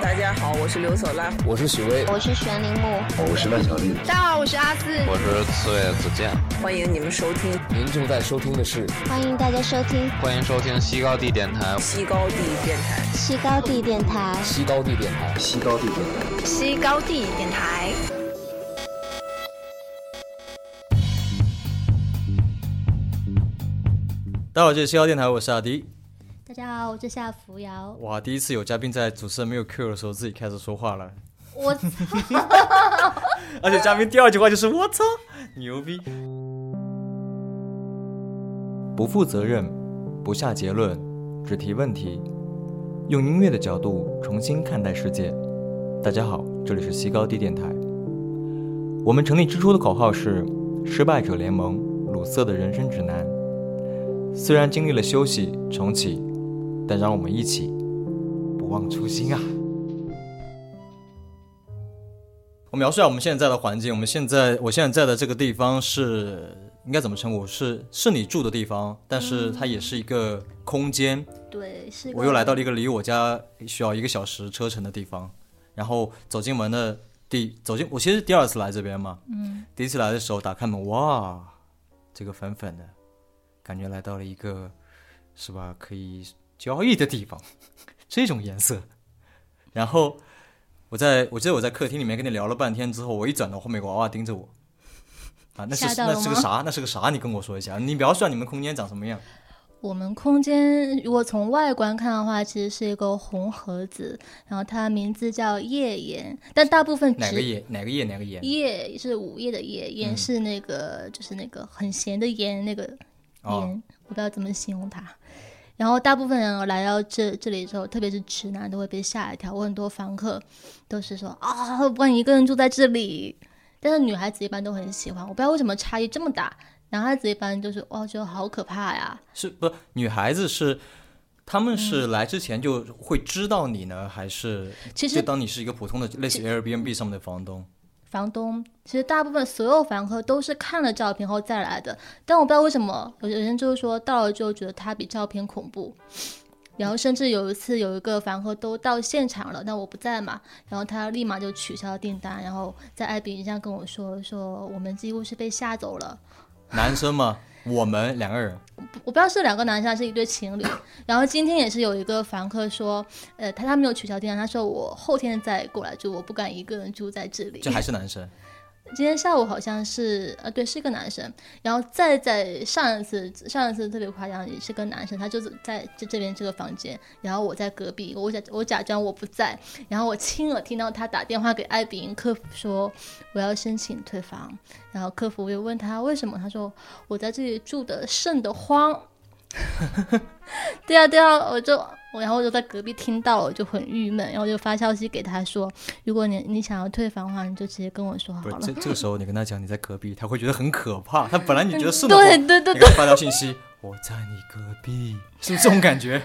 大家好，我是刘小赖，我是许巍，我是玄铃木，我是万小丽。大家好，我是阿四，我是刺猬子健。欢迎你们收听，您正在收听的是，欢迎大家收听欢迎收听西高地电台。西高地电台。西高地电台。西高地电台。西高地电台，西高地电台。大家好，这里是西高电台，我是阿迪。大家好，我是夏扶摇。 哇，第一次有嘉宾在主持人没有 Q 的时候自己开始说话了，我而且嘉宾第二句话就是我操，牛逼！不负责任，不下结论，只提问题，用音乐的角度重新看待世界。大家好，这里是西高地电台。我们成立之初的口号是“失败者联盟”，鲁瑟的人生指南。虽然经历了休息、重启，但让我们一起不忘初心啊！我描述一下我们现在的环境。我们现在，我现在在的这个地方是应该怎么称呼？是是你住的地方，但是它也是一个空间。对是。我又来到了一个离我家需要一个小时车程的地方，然后走进门的第走进我其实第二次来这边嘛，嗯，第一次来的时候打开门，哇，这个粉粉的，感觉来到了一个是吧可以交易的地方，这种颜色，然后我在我记得我在客厅里面跟你聊了半天之后，我一转头后面有个娃娃盯着我。啊，那是吓到了那是个吗啥？那是个啥？你跟我说一下，你描述下你们空间长什么样？我们空间如果从外观看的话，其实是一个红盒子，然后它名字叫夜宴，但大部分哪个只夜？嗯哪个夜？哪个夜？夜是午夜的夜，宴是那个、就是那个很咸的盐，那个盐、哦我不知道怎么形容它。然后大部分人来到这这里之后，特别是直男都会被吓一跳。我很多房客都是说啊，我不敢一个人住在这里。但是女孩子一般都很喜欢，我不知道为什么差异这么大。男孩子一般就是哇，觉得好可怕呀。是不女孩子是，她们是来之前就会知道你呢，还是嗯其就实当你是一个普通的类似 Airbnb 上面的房东？房东其实大部分所有房客都是看了照片后再来的，但我不知道为什么有有人就是说到了之后觉得它比照片恐怖。然后甚至有一次有一个房客都到现场了，但我不在嘛，然后他立马就取消订单，然后在爱彼迎上跟我说说我们几乎是被吓走了。男生嘛，我们两个人，我不知道是两个男生还是一对情侣。 然后今天也是有一个房客说，呃，他他没有取消订单，他说我后天再过来住，我不敢一个人住在这里。这还是男生。今天下午好像是呃，对，是个男生，然后再在上一次上一次特别夸张，也是个男生，他就是在这这边这个房间，然后我在隔壁，我假我假装我不在，然后我亲耳听到他打电话给艾比营客服说我要申请退房，然后客服我又问他为什么，他说我在这里住的瘆得慌， 对啊对啊，我就我然后我就在隔壁听到了，我就很郁闷，然后我就发消息给他说，如果你你想要退房的话，你就直接跟我说好不了是。这这个时候你跟他讲你在隔壁，他会觉得很可怕。他本来你觉得是的话，对对对你给他发条信息，我在你隔壁，是不是这种感觉？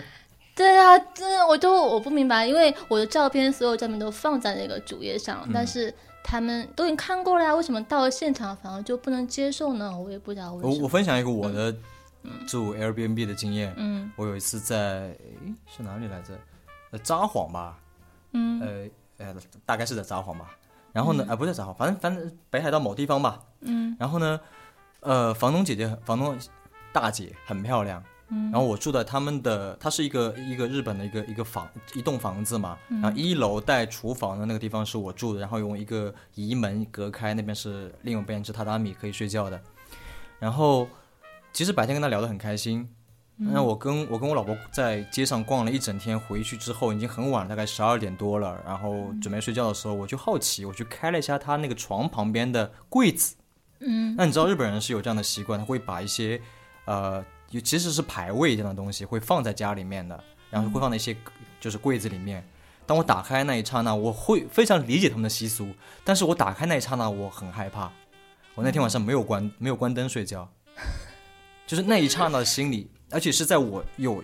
对啊，这我都我不明白，因为我的照片所有照片都放在那个主页上，嗯但是他们都已经看过了呀，为什么到了现场反而就不能接受呢？我也不知道为我什我么。分享一个我的住 Airbnb 的经验。嗯，我有一次在诶是哪里来着？呃，札幌吧。嗯。呃呃，大概是在札幌吧。然后呢，啊、不是札幌，反正反正北海道某地方吧。嗯。然后呢，呃，房东姐姐，房东大姐很漂亮。嗯。然后我住在他们的，它是一个一个日本的一个一个房一栋房子嘛。然后一楼带厨房的那个地方是我住的，然后用一个移门隔开，那边是另一边是榻榻米可以睡觉的。然后其实白天跟他聊得很开心。那我跟我跟我老婆在街上逛了一整天，回去之后已经很晚了，大概十二点多了。然后准备睡觉的时候，我就好奇，我去开了一下他那个床旁边的柜子。嗯，那你知道日本人是有这样的习惯，他会把一些呃，有其实是牌位这样的东西会放在家里面的，然后会放在一些就是柜子里面。当我打开那一刹那，我会非常理解他们的习俗，但是我打开那一刹那，我很害怕。我那天晚嗯上没有关没有关灯睡觉， 就是那一刹那的心理，而且是在我有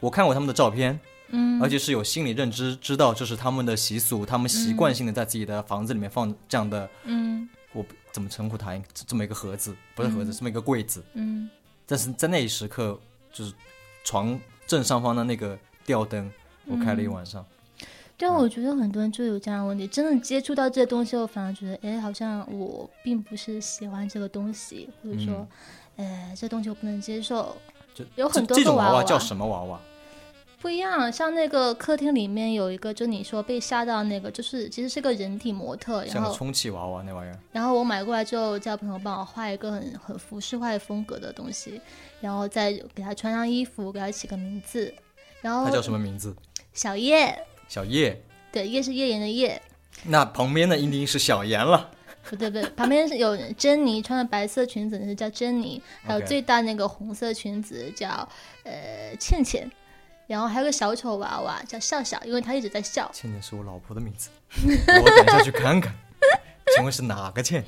我看过他们的照片，嗯，而且是有心理认知，知道这是他们的习俗，他们习嗯惯性的在自己的房子里面放这样的，嗯，我不怎么称呼它，这这么一个盒子，不是盒子，这么一个柜子，嗯，但是在那一时刻，就是床正上方的那个吊灯我开嗯了一晚上。嗯对啊，我觉得很多人就有这样的问题，真的接触到这些东西后，反而觉得，哎，好像我并不是喜欢这个东西，或者说，哎、这东西我不能接受，这有很嗯这多这个种娃娃娃叫什么娃娃？不一样。像那个客厅里面有一个，就你说被吓到那个，就是其实是个人体模特，然像个后哦充气娃娃那玩意儿。然后我买过来之后，叫朋友帮我画一个很很服饰化风格的东西，然后再给它穿上衣服，给它起个名字，然后它叫什么名字？小叶，小叶。对，叶是叶岩的叶，那旁边的一定是小严了。不对不对，旁边是有珍妮穿着白色裙子，那是叫珍妮，还有 OK 最大那个红色裙子叫呃倩倩，然后还有个小丑娃娃叫笑笑，因为她一直在笑。倩倩是我老婆的名字，我等一下去看看。请问是哪个倩？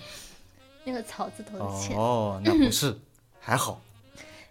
那个草字头的倩，哦，那不是，还好。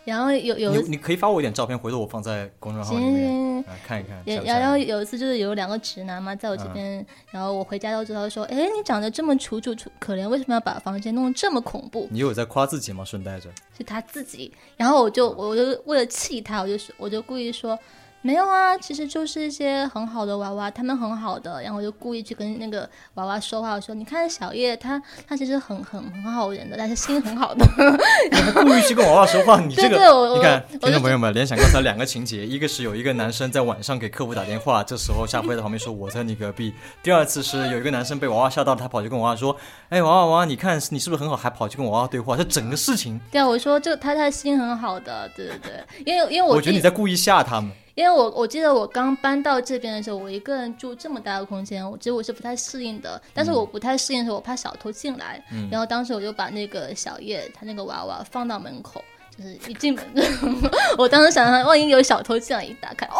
然后有有你一次你可以发我一点照片，回头我放在公众号里行面行行啊看一看。也想不想然后有一次就是有两个直男嘛，在我这嗯边，然后我回家都知道说，哎，你长得这么楚楚楚可怜，为什么要把房间弄得这么恐怖？你有在夸自己吗？顺带着，是他自己。然后我就我就为了气他，我就说我就故意说没有啊，其实就是一些很好的娃娃，他们很好的。然后我就故意去跟那个娃娃说话，我说你看小叶，他他其实很很很好人的，但是心很好的。 故意去跟娃娃说话，你这对个，对我你看我我听就众朋友们联想刚才两个情节，一个是有一个男生在晚上给客服打电话，这时候夏辉在旁边说我在你隔壁；第二次是有一个男生被娃娃吓到，他跑去跟娃娃说，哎娃娃娃娃，你看你是不是很好，还跑去跟娃娃对话，这整个事情，对啊，我说这他他心很好的，对对对，因为因为我我觉得自你己在故意吓他们。因为我我记得我刚搬到这边的时候，我一个人住这么大的空间，我其实我是不太适应的。但是我不太适应的时候，我怕小偷进来，然后当时我就把那个小叶他那个娃娃放到门口，就是 一进门，我当时想象万一有小偷进来，一打开，哦，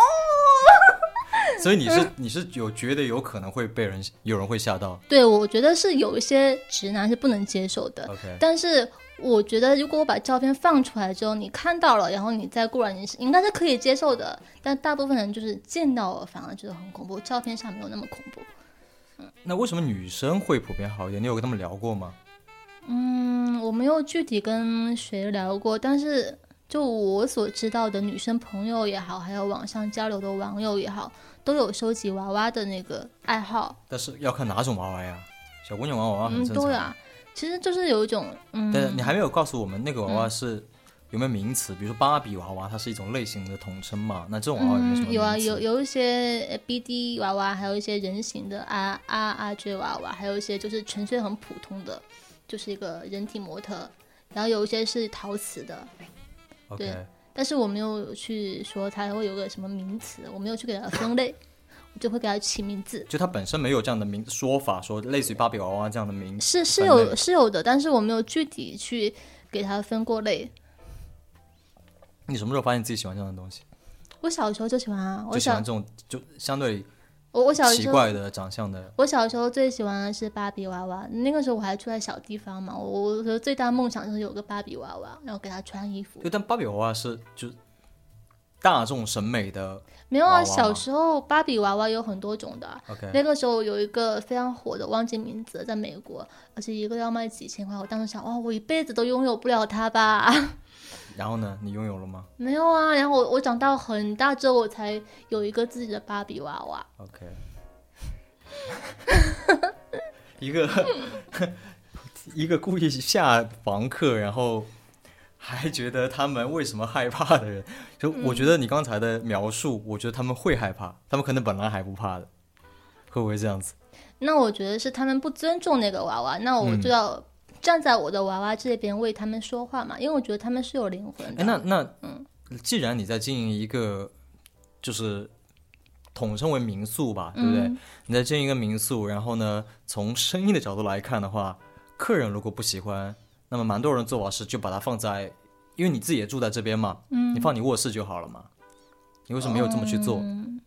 所以你是你是有觉得有可能会被人有人会吓到对我觉得是有一些直男是不能接受的。 ，OK，但是我觉得，如果我把照片放出来之后，你看到了，然后你再过来，你是应该是可以接受的。但大部分人就是见到我反而觉得很恐怖，照片上没有那么恐怖。那为什么女生会普遍好一点？你有跟他们聊过吗？嗯，我没有具体跟谁聊过，但是就我所知道的女生朋友也好，还有网上交流的网友也好，都有收集娃娃的那个爱好，但是要看哪种娃娃呀，小姑娘玩娃娃哦很嗯，正常。对啊，其实就是有一种，嗯，但你还没有告诉我们那个娃娃是有没有名词，比如说芭比娃娃，它是一种类型的统称嘛？那这种娃娃有没有什么名嗯，词？有啊，有有一些呃 BD 娃娃，还有一些人形的啊啊啊 J 娃娃，还有一些就是纯粹很普通的，就是一个人体模特，然后有一些是陶瓷的， OK，但是我没有去说它会有个什么名词，我没有去给它分类， 我就会给它起名字。就它本身没有这样的名说法，说类似于芭比娃娃这样的名词。是是分类有是有的，但是我没有具体去给它分过类。你什么时候发现自己喜欢这样的东西？我小时候就喜欢啊，我就喜小欢这种就相对我我小奇时候怪的长相的。我小时候最喜欢的是芭比娃娃，那个时候我还住在小地方嘛，我我的最大梦想就是有个芭比娃娃，然后给它穿衣服就。但芭比娃娃是就大众审美的没有啊，娃娃小吗时候芭比娃娃有很多种的。啊 OK，那个时候有一个非常火的，忘记名字了，在美国，而且一个要卖几千块。我当时想，哦，我一辈子都拥有不了它吧？ 然后呢，你拥有了吗没有啊，然后我我长到很大之后，我才有一个自己的芭比娃娃。 ？OK，一个一个故意吓房客，然后还觉得他们为什么害怕的人，就我觉得你刚才的描述，我觉得他们会害怕，他们可能本来还不怕的，会不会这样子？那我觉得是他们不尊重那个娃娃，那我嗯就要站在我的娃娃这边为他们说话嘛，因为我觉得他们是有灵魂哎，的。那那嗯既然你在经营一个就是统称为民宿吧，对嗯不对？你在经营一个民宿，然后呢，从生意的角度来看的话，客人如果不喜欢，那么蛮多人做法是就把它放在，因为你自己也住在这边嘛，嗯你放你卧室就好了嘛。你为什么没有这么去做？哦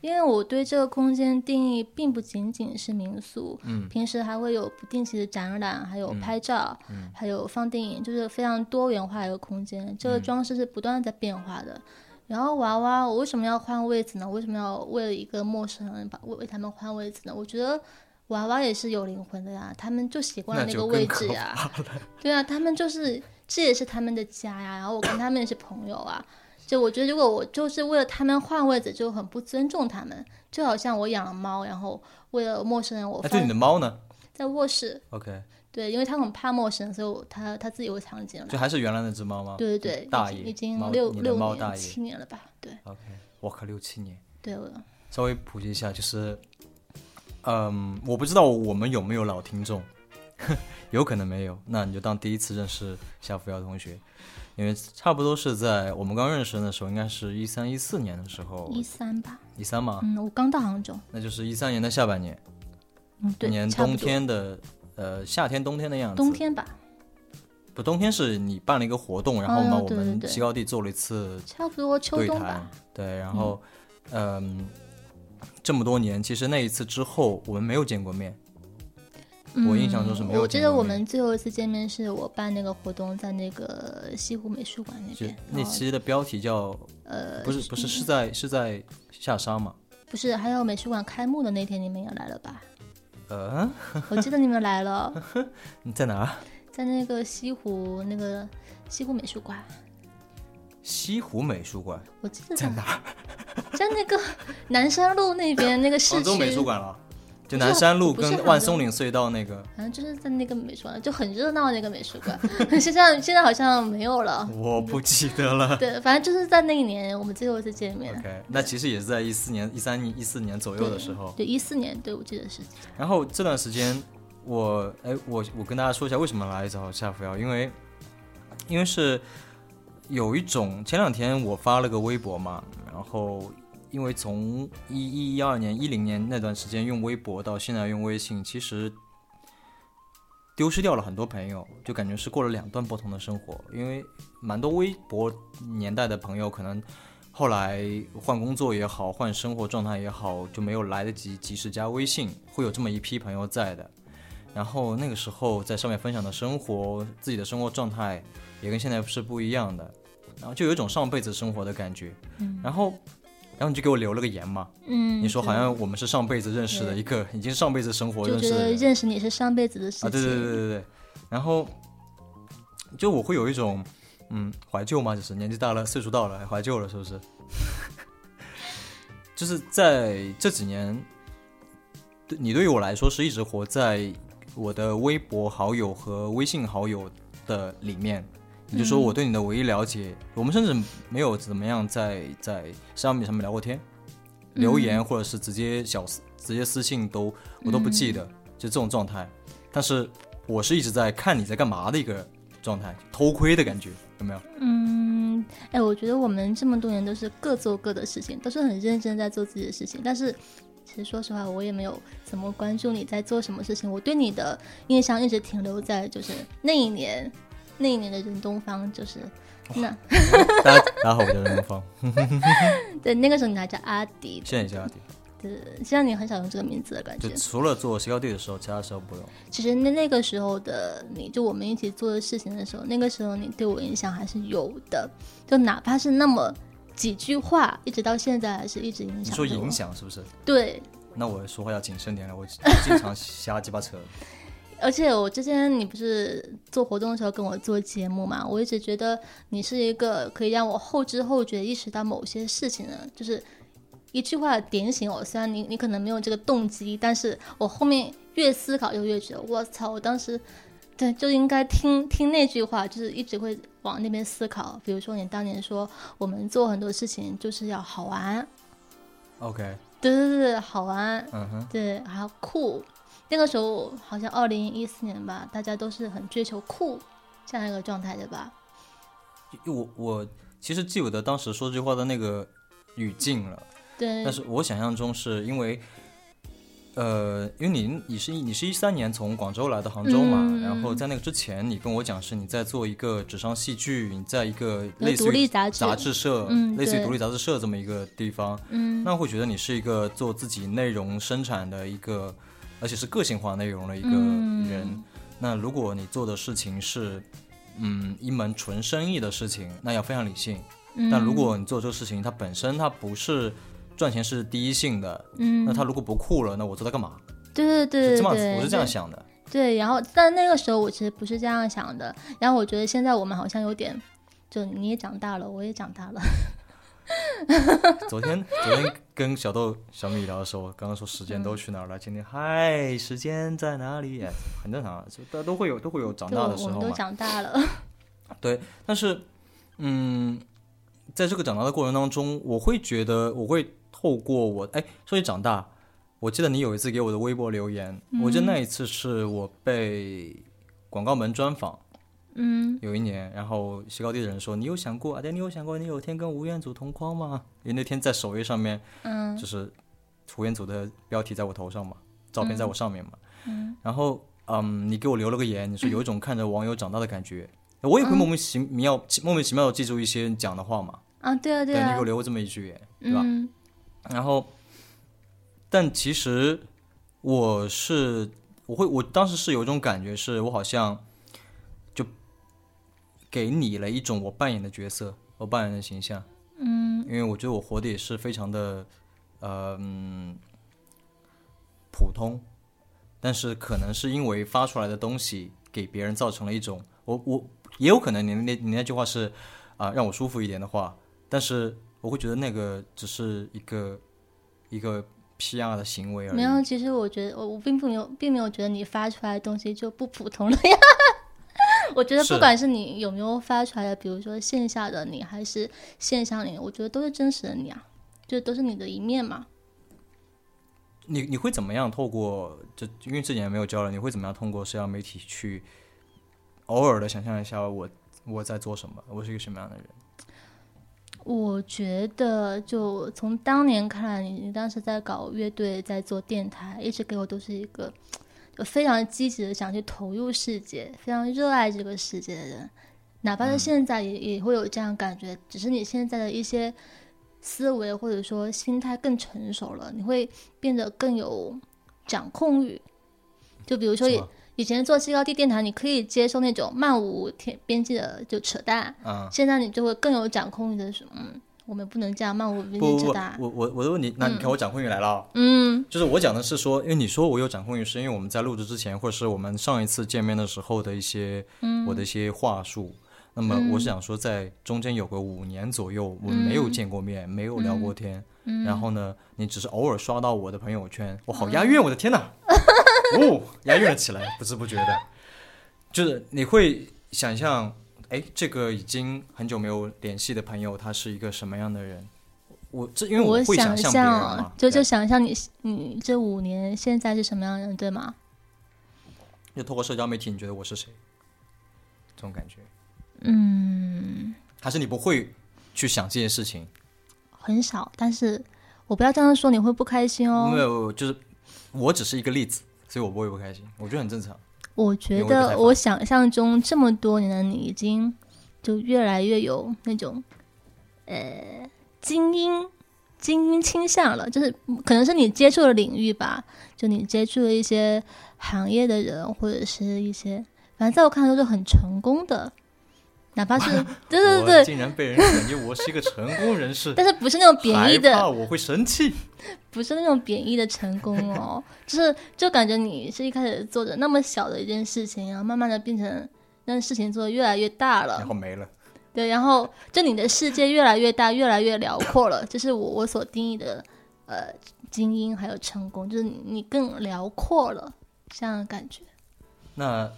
因为我对这个空间定义并不仅仅是民宿，嗯，平时还会有不定期的展览，还有拍照，还有放电影，就是非常多元化的一个空间。这个装饰是不断地在变化的。然后娃娃，我为什么要换位子呢？为什么要为了一个陌生人把为为他们换位子呢？我觉得娃娃也是有灵魂的呀，他们就习惯了那那就个更位可置呀，对啊，他们就是这也是他们的家呀，然后我跟他们也是朋友啊，就我觉得，如果我就是为了他们换位子，就很不尊重他们。就好像我养了猫，然后为了陌生人，我哎，对你放的猫呢在卧室， ？OK，对，因为它很怕陌生，所以我它它自己会藏进来就。还是原来那只猫吗？对对大对，爷，已经已经猫六你的六猫大年爷七年了吧？对 OK，我靠，六七年，对，我稍微普及一下，就是，嗯，我不知道我们有没有老听众， 有可能没有，那你就当第一次认识夏扶摇同学，因为差不多是在我们刚认识的时候，应该是一三一四年的时候，一三吧，一三嘛，嗯，我刚到杭州，那就是一三年的下半年，嗯，对，年差不冬多天的，呃，夏天冬天的样子，冬天吧，不，冬天是你办了一个活动，然后嘛，哦我对对们对西高地做了一次差不多秋对冬谈吧，，对，然后，嗯，这么多年，其实那一次之后，我们没有见过面。我印象中是没有嗯我记见得过我面们最后一次见面是我办那个活动，在那个西湖美术馆那就边。那然后期的标题叫，呃，不是不是是在是在下沙嘛？不是，还有美术馆开幕的那天你们也来了 吧？呃，我记得你们来了，你在哪儿？啊在那个西湖那个西湖美术馆，西湖美术 馆，我记得在哪儿？在 那个南山路那边那个市杭州区，美术馆了，就不是南山路不是跟杭万州松岭隧道那个。好像就是在那个美术馆，就很热闹的那个美术馆。 现在现在好像没有了。我不记得了。对，反正就是在那一年我们最后一次见面。 OK，那其实也是在一四年、一三年、一四年左右的时候。对，一四年，对我记得是然后这段时间，我哎，我我跟大家说一下为什么来找夏扶摇，因为因为是有一种前两天我发了个微博嘛，然后因为从一一一二年、一零年那段时间用微博到现在用微信，其实丢失掉了很多朋友，就感觉是过了两段不同的生活，因为蛮多微博年代的朋友可能。后来换工作也好，换生活状态也好，就没有来得及及时加微信，会有这么一批朋友在的。然后那个时候在上面分享的生活，自己的生活状态也跟现在是不一样的，然后就有一种上辈子生活的感觉。然后，然后你就给我留了个言嘛，嗯，你说对好像我们是上辈子认识的一个，已经上辈子生活就认识觉的得人认识你是上辈子的事情。啊，对对对对对。然后，就我会有一种，嗯，怀旧嘛，就是年纪大了，岁数到了，怀旧了，是不是？ 就是在这几年，对你对于我来说是一直活在我的微博好友和微信好友的里面。也就是说，我对你的唯一了解，我们甚至没有怎么样在在社交媒体上面聊过天，留言嗯或者是直接小私直接私信都我都不记嗯得，就这种状态。但是我是一直在看你在干嘛的一个状态，偷窥的感觉，有没有？嗯，哎，我觉得我们这么多年都是各做各的事情，都是很认真在做自己的事情。但是，其实说实话，我也没有怎么关注你在做什么事情。我对你的印象一直停留在就是那一年，那一年的任东方，就是那大家大家好，我叫任东方，对那个时候你还叫阿迪，谢谢你，谢谢阿迪。对，现在你很少用这个名字的感觉就。除了做西高地的时候，其他时候不用。其实那那个时候的你，就我们一起做的事情的时候，那个时候你对我影响还是有的，就哪怕是那么几句话，一直到现在还是一直影你响。说影？响是不是？对，那我说话要谨慎点了，我经常瞎鸡巴扯。而且我之前你不是做活动的时候跟我做节目嘛，我一直觉得你是一个可以让我后知后觉意识到某些事情的，就是一句话点醒我。虽然你你可能没有这个动机，但是我后面越思考就越觉得，我操，我当时对就应该听听那句话，就是一直会往那边思考。比如说你当年说我们做很多事情就是要好玩， OK，对对对，好玩，嗯哼，对，还有酷。那个时候好像二零一四年吧，大家都是很追求酷这样一个状态的吧？因为我我其实记不得当时说这句话的那个语境了。对但，是我想象中是因为，呃，因为你你是你是一三年从广州来的杭州嘛，嗯然后在那个之前，你跟我讲是你在做一个纸上戏剧，你在一个有类似呃于独立杂志杂志社，嗯类似于对独立杂志社这么一个地方，嗯，那会觉得你是一个做自己内容生产的一个，而且是个性化内容的一个嗯人。那如果你做的事情是，嗯，一门纯生意的事情，那要非常理性。嗯但如果你做这个事情，它本身它不是赚钱是第一性的，嗯那它如果不酷了，那我做它干嘛？对对对是这对对，样子，我是这样对想的。对，然后但那个时候我其实不是这样想的，然后我觉得现在我们好像有点，就你也长大了，我也长大了，昨天 昨天跟小豆小米聊的时候，刚刚说时间都去哪儿了？今天嗨，时间在哪里？哎，很正常啊，就大家都会有都会有长就大的时我们候都嘛。长大了，对，但是，嗯，在这个长大的过程当中，我会觉得我会透过我，哎，说起长大，我记得你有一次给我的微博留言，嗯我记得那一次是我被广告门专访。嗯，有一年，然后西高地的人说：“你有想过，啊？对，你有想过你有天跟吴彦祖同框吗？”因为那天在首页上面，嗯，就是吴彦祖的标题在我头上嘛，照片在我上面嘛，嗯，然后嗯，你给我留了个言，你说有一 种看着网友长大的感觉，我也会莫名其妙、莫名其妙的记住一些你讲的话嘛。啊，对啊，对你啊给我，留过这么一句言，对吧？嗯，然后，但其实我是我会我当时是有一种感觉，是我好像就给你了一种我扮演的角色，我扮演的形象。嗯，因为我觉得我活得也是非常的，呃，嗯普通，但是可能是因为发出来的东西给别人造成了一种，我我也有可能你那你那句话是啊、让我舒服一点的话，但是我会觉得那个只是一个一个 PR 的行为而已。没有，其实我觉得我我并不没有，并没有觉得你发出来的东西就不普通了呀。 我觉得是不管是你有没有发出来的，比如说线下的你还是线上你，我觉得都是真实的你啊，就都是你的一面嘛。你你会怎么样透过这？因为之前没有交流，你会怎么样通过社交媒体去偶尔的想象一下我我在做什么，我是一个什么样的人？我觉得，就从当年看来，你你当时在搞乐队，在做电台，一直给我都是一个就非常积极的想去投入世界，非常热爱这个世界的人。哪怕是现在也、也会有这样感觉，只是你现在的一些思维或者说心态更成熟了，你会变得更有掌控欲。就比如说是以吗以前做西高地电台，你可以接受那种漫无天边际的就扯淡，啊、现在你就会更有掌控力的是，嗯，我们不能这样漫无边不不际扯不淡，，我我我的问题，那你看我掌控欲来了，嗯就是我讲的是说，因为你说我有掌控欲，是因为我们在录制之前，或者是我们上一次见面的时候的一些、嗯我的一些话术。那么我是想说，在中间有个五年左右，我们没有见过面，没有聊过天。嗯然后呢，你只是偶尔刷到我的朋友圈，我好押韵，我的天 哪！哦，押韵了起来，不知不觉的，就是你会想象，哎，这个已经很久没有联系的朋友，他是一个什么样的人？我这因为我会想象别人象嘛，哦就对就想象你你这五年现在是什么样的人，对吗？就透过社交媒体，你觉得我是谁？这种感觉，嗯，还是你不会去想这些事情？很少，但是我不要这样说，你会不开心没哦。有，就是我只是一个例子，所以我不会不开心，我觉得很正常。我觉因为我不太得我想象中这么多年的你，已经就越来越有那种呃精英。精英倾向了，就是可能是你接触的领域吧，就你接触了一些行业的人，或者是一些，反正在我看来都是很成功的，哪怕是对对对我对，，竟然被人感觉我是一个成功人士 但是不是那种贬义害怕的，我会生气。不是那种贬义的成功 哦，就是就感觉你是一开始做着那么小的一件事情，然后慢慢的变成让事情做的越来越大了然，后没了，对，然后就你的世界越来越大，越来越辽阔了，这是我我所定义的呃精英还有成功，就是你你更辽阔了这样的感觉。那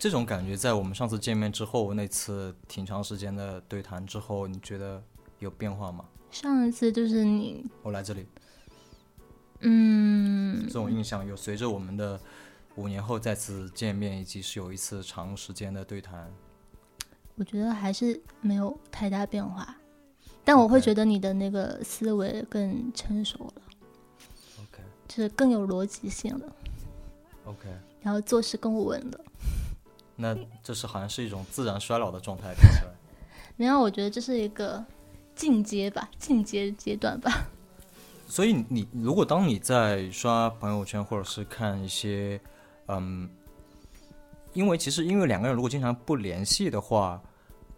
这种感觉在我们上次见面之后那次挺长时间的对谈之后，你觉得有变化吗？上一次就是你我来这里，嗯这种印象有随着我们的五年后再次见面，以及是有一次长时间的对谈，我觉得还是没有太大变化，但我会 OK 觉得你的那个思维更成熟了。 OK 就是更有逻辑性了， OK，然后做事更稳了。那这是好像是一种自然衰老的状态，听起来。然后我觉得这是一个进阶吧，进阶阶段吧。 所以你你如果当你在刷朋友圈或者是看一些，嗯，因为其实因为两个人如果经常不联系的话，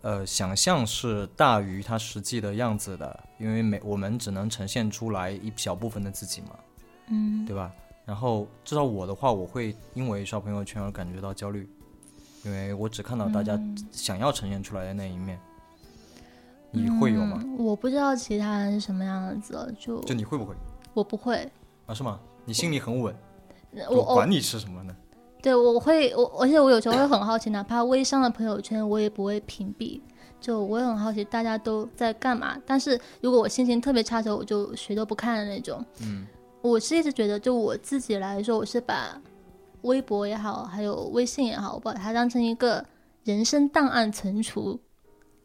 呃，想象是大于他实际的样子的，因为每我们只能呈现出来一小部分的自己嘛，嗯，对吧？然后至少我的话，我会因为刷朋友圈而感觉到焦虑，因为我只看到大家想要呈现出来的那一面。你会有吗？我不知道其他人是什么样子，就就你会不会我不会，啊？是吗？你心里很稳，我我我哦管你吃什么呢？对，我会我，而且我有时候会很好奇，哪怕微商的朋友圈，我也不会屏蔽。就我也很好奇大家都在干嘛，但是如果我心情特别差的时候，我就谁都不看的那种。嗯，我是一直觉得，就我自己来说，我是把微博也好，还有微信也好，我把它当成一个人生档案存储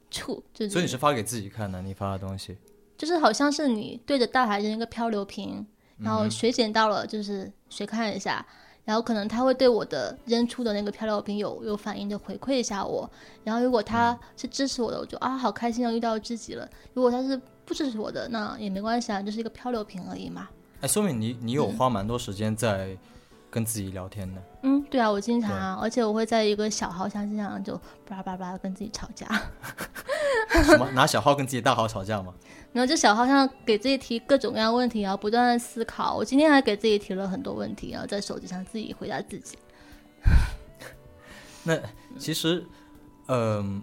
处，就所以你是是发给自己看的，你发的东西。就是好像是你对着大海扔一个漂流瓶，然后谁捡到了就是谁看一下，然后可能他会对我的扔出的那个漂流瓶有有反应，就回馈一下我。然后如果他是支持我的，我就啊好开心啊遇到知己了；如果他是不支持我的，那也没关系啊，就是一个漂流瓶而已嘛。哎，说明你你有花蛮多时间在跟自己聊天的。嗯，对啊，我经常啊，而且我会在一个小号相亲上就叭叭叭跟自己吵架， 什么拿小号跟自己大号吵架吗？然后就小号上给自己提各种各样的问题，然后啊不断的思考。我今天还给自己提了很多问题，然后在手机上自己回答自己。那其实，嗯、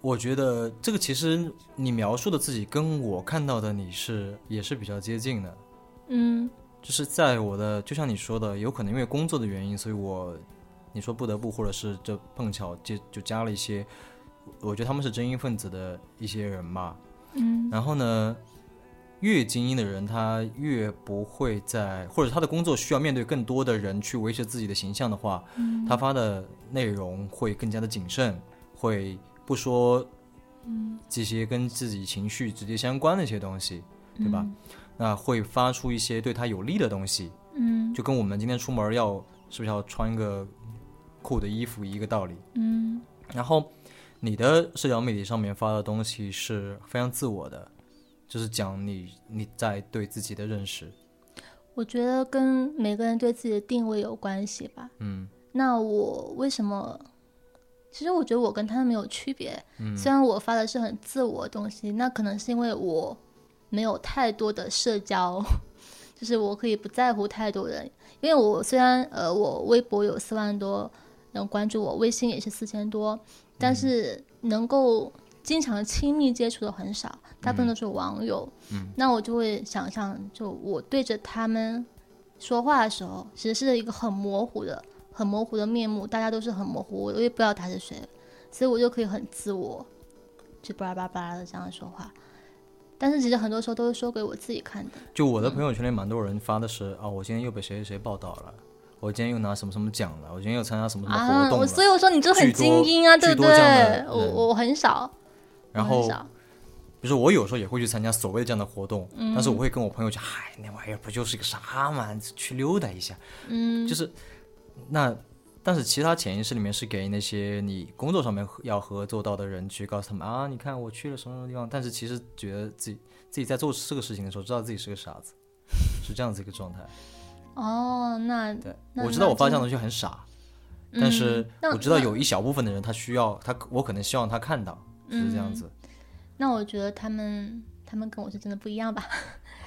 我觉得这个其实你描述的自己跟我看到的你是也是比较接近的，嗯就是在我的就像你说的，有可能因为工作的原因，所以我你说不得不或者是这碰巧就就加了一些，我觉得他们是精英分子的一些人吧。嗯然后呢，越精英的人，他越不会在，或者他的工作需要面对更多的人去维持自己的形象的话，嗯他发的内容会更加的谨慎，会不说，嗯这些跟自己情绪直接相关的一些东西，嗯对吧？那会发出一些对他有利的东西，嗯就跟我们今天出门要是不是要穿个酷的衣服一个道理。嗯然后你的社交媒体上面发的东西是非常自我的，就是讲你你在对自己的认识。，我觉得跟每个人对自己的定位有关系吧。嗯，那我为什么？其实我觉得我跟他们没有区别。嗯，虽然我发的是很自我的东西，那可能是因为我没有太多的社交， 就是我可以不在乎太多人。因为我虽然呃，我微博有四万多人关注我，微信也是四千多，但是能够经常亲密接触的很少，大部分都是网友。嗯，那我就会想象，就我对着他们说话的时候，其实是一个很模糊的、很模糊的面目，大家都是很模糊，我也不知道他是谁，所以我就可以很自我，就巴拉巴拉巴拉的这样说话。但是其实很多时候都是说给我自己看的。就我嗯的朋友圈里蛮多人发的是啊，我今天又被谁谁谁报道了，我今天又拿什么什么奖了，我今天又参加什么什么活啊，动了。我所以我说你就很巨多精英啊，对巨不多这样的对人？我我很少，然我很后少，比如说我有时候也会去参加所谓的这样的活动，嗯但是我会跟我朋友讲，哎，那玩意儿不就是个啥嘛，去溜达一下，嗯，就是那，但是其他潜意识里面是给那些你工作上面合要合作到的人去告诉他们啊，你看我去了什么什么地方，但是其实觉得自己自己在做这个事情的时候，知道自己是个傻 子，是这样子一个状态。哦，那对，那我知道我发这那样的东西很傻，但是 那我知道嗯那有一小部分的人他需要他，我可能希望他看到是这样子，嗯那我觉得他们他们跟我是真的不一样吧。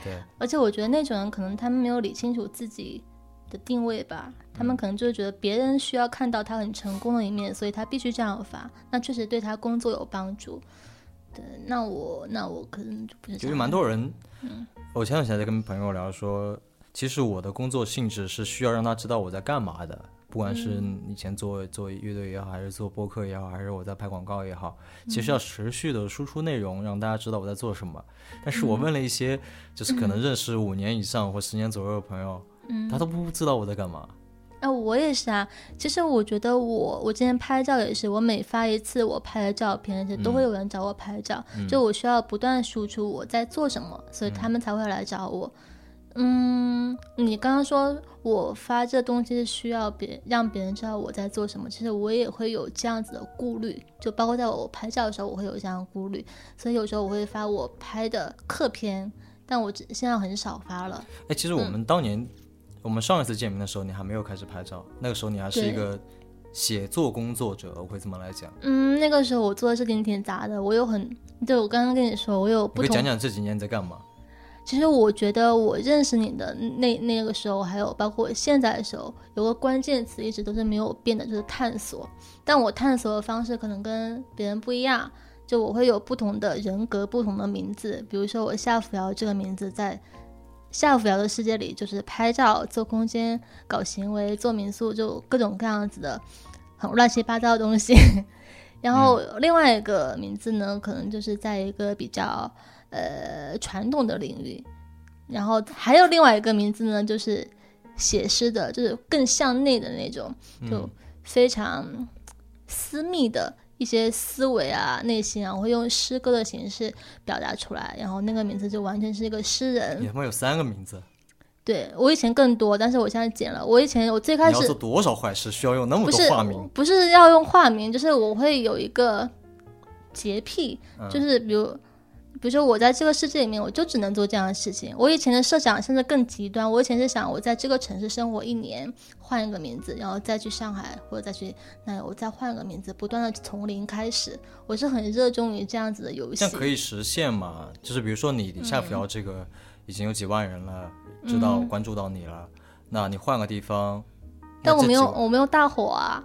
对。而且我觉得那种人可能他们没有理清楚自己的定位吧，他嗯们可能就是觉得别人需要看到他很成功的一面，所以他必须这样发，那确实对他工作有帮助。对，那我那我可能就不是这因为样的。蛮多人，嗯我前两天在跟朋友聊说，其实我的工作性质是需要让他知道我在干嘛的，不管是嗯以前做做乐队也好，还是做播客也好，还是我在拍广告也好，其嗯实要持续的输出内容，让大家知道我在做什么。但是我嗯问了一些，就是可能认识五年以上或十年左右的朋友，嗯他都不知道我在干嘛。哎、我也是啊。其实我觉得我我今天拍照也是，我每发一次我拍的照片，就都会有人找我拍照，就我需要不断输出我在做什么，所以他们才会来找我。嗯，你刚刚说我发这东西是需要别让别人知道我在做什么，其实我也会有这样子的顾虑，就包括在我拍照的时候，我会有这样的顾虑，所以有时候我会发我拍的客片，但我只现在很少发了。哎，其实嗯我们当年，我们上一次见面的时候，你还没有开始拍照，那个时候你还是一对个写作工作者，我会这么来讲。嗯，那个时候我做的事情挺杂的，我有很，对我刚刚跟你说，我有你不可以同。讲讲这几年你在干嘛？其实我觉得我认识你的那那个时候，还有包括我现在的时候，有个关键词一直都是没有变的，就是探索。但我探索的方式可能跟别人不一样，就我会有不同的人格、不同的名字。比如说，我夏扶摇这个名字在夏扶摇的世界里，就是拍照、做空间、搞行为、做民宿，就各种各样子的很乱七八糟的东西。 然后另外一个名字呢，可能就是在一个比较呃传统的领域。然后还有另外一个名字呢，就是写诗的，就是更向内的那种，就嗯非常私密的一些思维啊、内心啊，我会用诗歌的形式表达出来。然后那个名字就完全是一个诗你人。他妈有三个名字，对我以前更多，但是我现在减了。我以前我最开你要始做多少坏事需要用那么不多是化名？不是要用化名，就是我会有一个洁癖，嗯就是比如。比如说，我在这个世界里面，我就只能做这样的事情。我以前的设想甚至更极端，我以前是想我在这个城市生活一年，换一个名字，然后再去上海或者再去那里，我再换一个名字，不断的从零开始。我是很热衷于这样子的游这样。戏可以实现嘛？就是比如说你你嗯下扶摇这个已经有几万人了，知道关注到你了，那你换个地方，那但我这几没有，万我没有大火啊，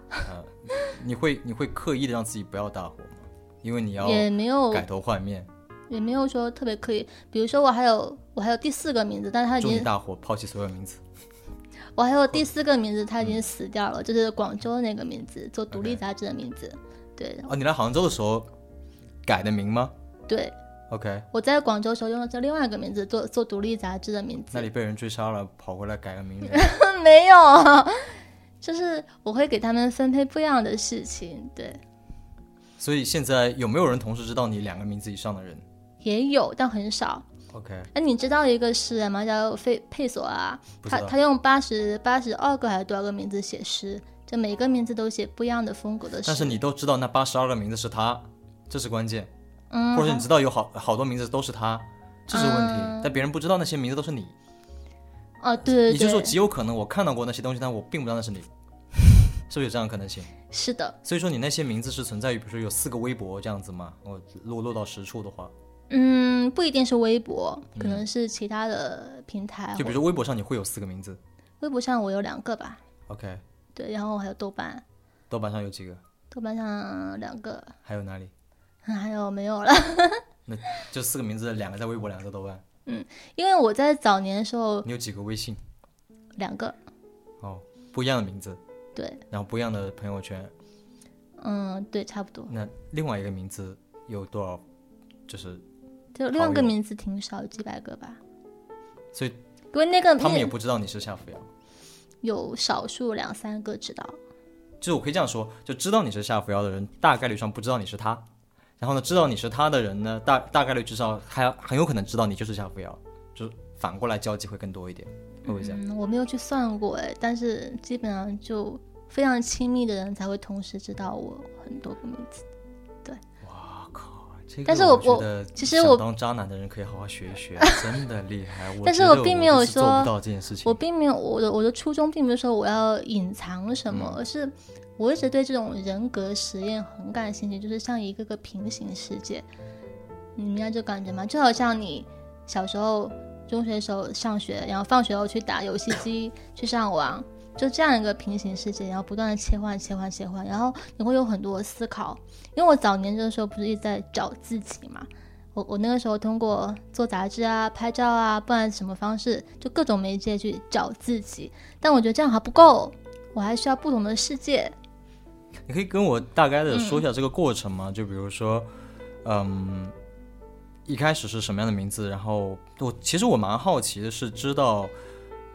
你会你会刻意的让自己不要大火吗？因为你要也没有改头换面，也没有说特别刻意。比如说，我还有我还有第四个名字，但是他已祝你经大火，抛弃所有名字。我还有第四个名字，他已经死掉嗯了，就是广州那个名字，做独立 OK 杂志的名字。对哦，你来杭州的时候改的名吗对， ？OK，我在广州的时候用的是另外一个名字，做做独立杂志的名字那。里被人追杀了，跑回来改个名 字。没有，就是我会给他们分配不一样的事情。对，所以现在有没有人同时知道你两个名字以上的人也有，但很少。 ？OK，哎，你知道一个诗人吗？叫费佩索啊，不知他道他用八十八十二个还是多少个名字写诗，就每个名字都写不一样的风格的诗。但是你都知道那八十二个名字是他，这是关键。嗯，或者你知道有好好多名字都是他，这是问题。但别人不知道那些名字都是你，哦，嗯对对对，也就是说极有可能我看到过那些东西，但我并不知道那 是你，是不是有这样的可能性？是的，所以说你那些名字是存在于，比如说有四个微博这样子吗？我落落到实处的话，嗯，不一定是微博，可能是其他的平台。嗯就比如说微博上你会有四个名字微博上我有两个吧， ，OK，对，然后还有豆瓣，豆瓣上有几个，豆瓣上两个，还有哪里？还有没有了？ 那就四个名字，两个在微博，两个在豆瓣。因为我在早年的时候你有几个微信？两个，哦，不一样的名字，对，然后不一样的朋友圈。嗯，对，差不多。那另外一个名字有多少？就是就另外一好个友名字挺少，几百个吧。所以因为那个他们那也不知道你是夏扶摇。有少数两三个知道，就是我可以这样说，就知道你是夏扶摇的人，大概率上不知道你是他。然后呢，知道你是他的人呢，大大概率至少还很有可能知道你就是夏扶摇，就是反过来交际会更多一点，会不会这样？嗯，我没有去算过哎，但是基本上就非常亲密的人才会同时知道我很多个名字。这个但是我我觉我得其实我想当渣男的人可以好好学一学，真的厉害。我 但是觉我得并没我有就是做说不到这件事情我。并没有我的我的初衷并不是说我要隐藏什么，而是我一直对这种人格实验很感兴趣，就是像一个个平行世界，你们家这感觉吗？就好像你小时候、中学时候上学，然后放学后去打游戏机、去上网，就这样一个平行世界，然后不断的切换、切换、切换，然后你会有很多思考。因为我早年的时候不是一直在找自己嘛，我我那个时候通过做杂志啊、拍照啊，不然什么方式，就各种媒介去找自己。但我觉得这样还不够，我还需要不同的世界。你可以跟我大概的说一下这个过程吗？就比如说，嗯，一开始是什么样的名字？然后我其实我蛮好奇的是，知道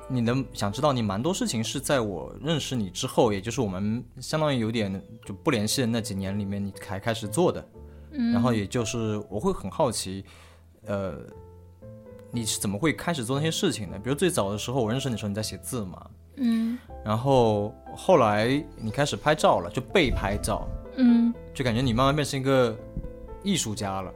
你能想知道你蛮多事情是在我认识你之后，也就是我们相当于有点就不联系的那几年里面，你才开始做的。嗯、然后也就是我会很好奇，呃。你是怎么会开始做那些事情的？比如最早的时候，我认识你的时候你在写字嘛，嗯然后后来你开始拍照了，就被拍照，嗯，就感觉你慢慢变成一个艺术家了。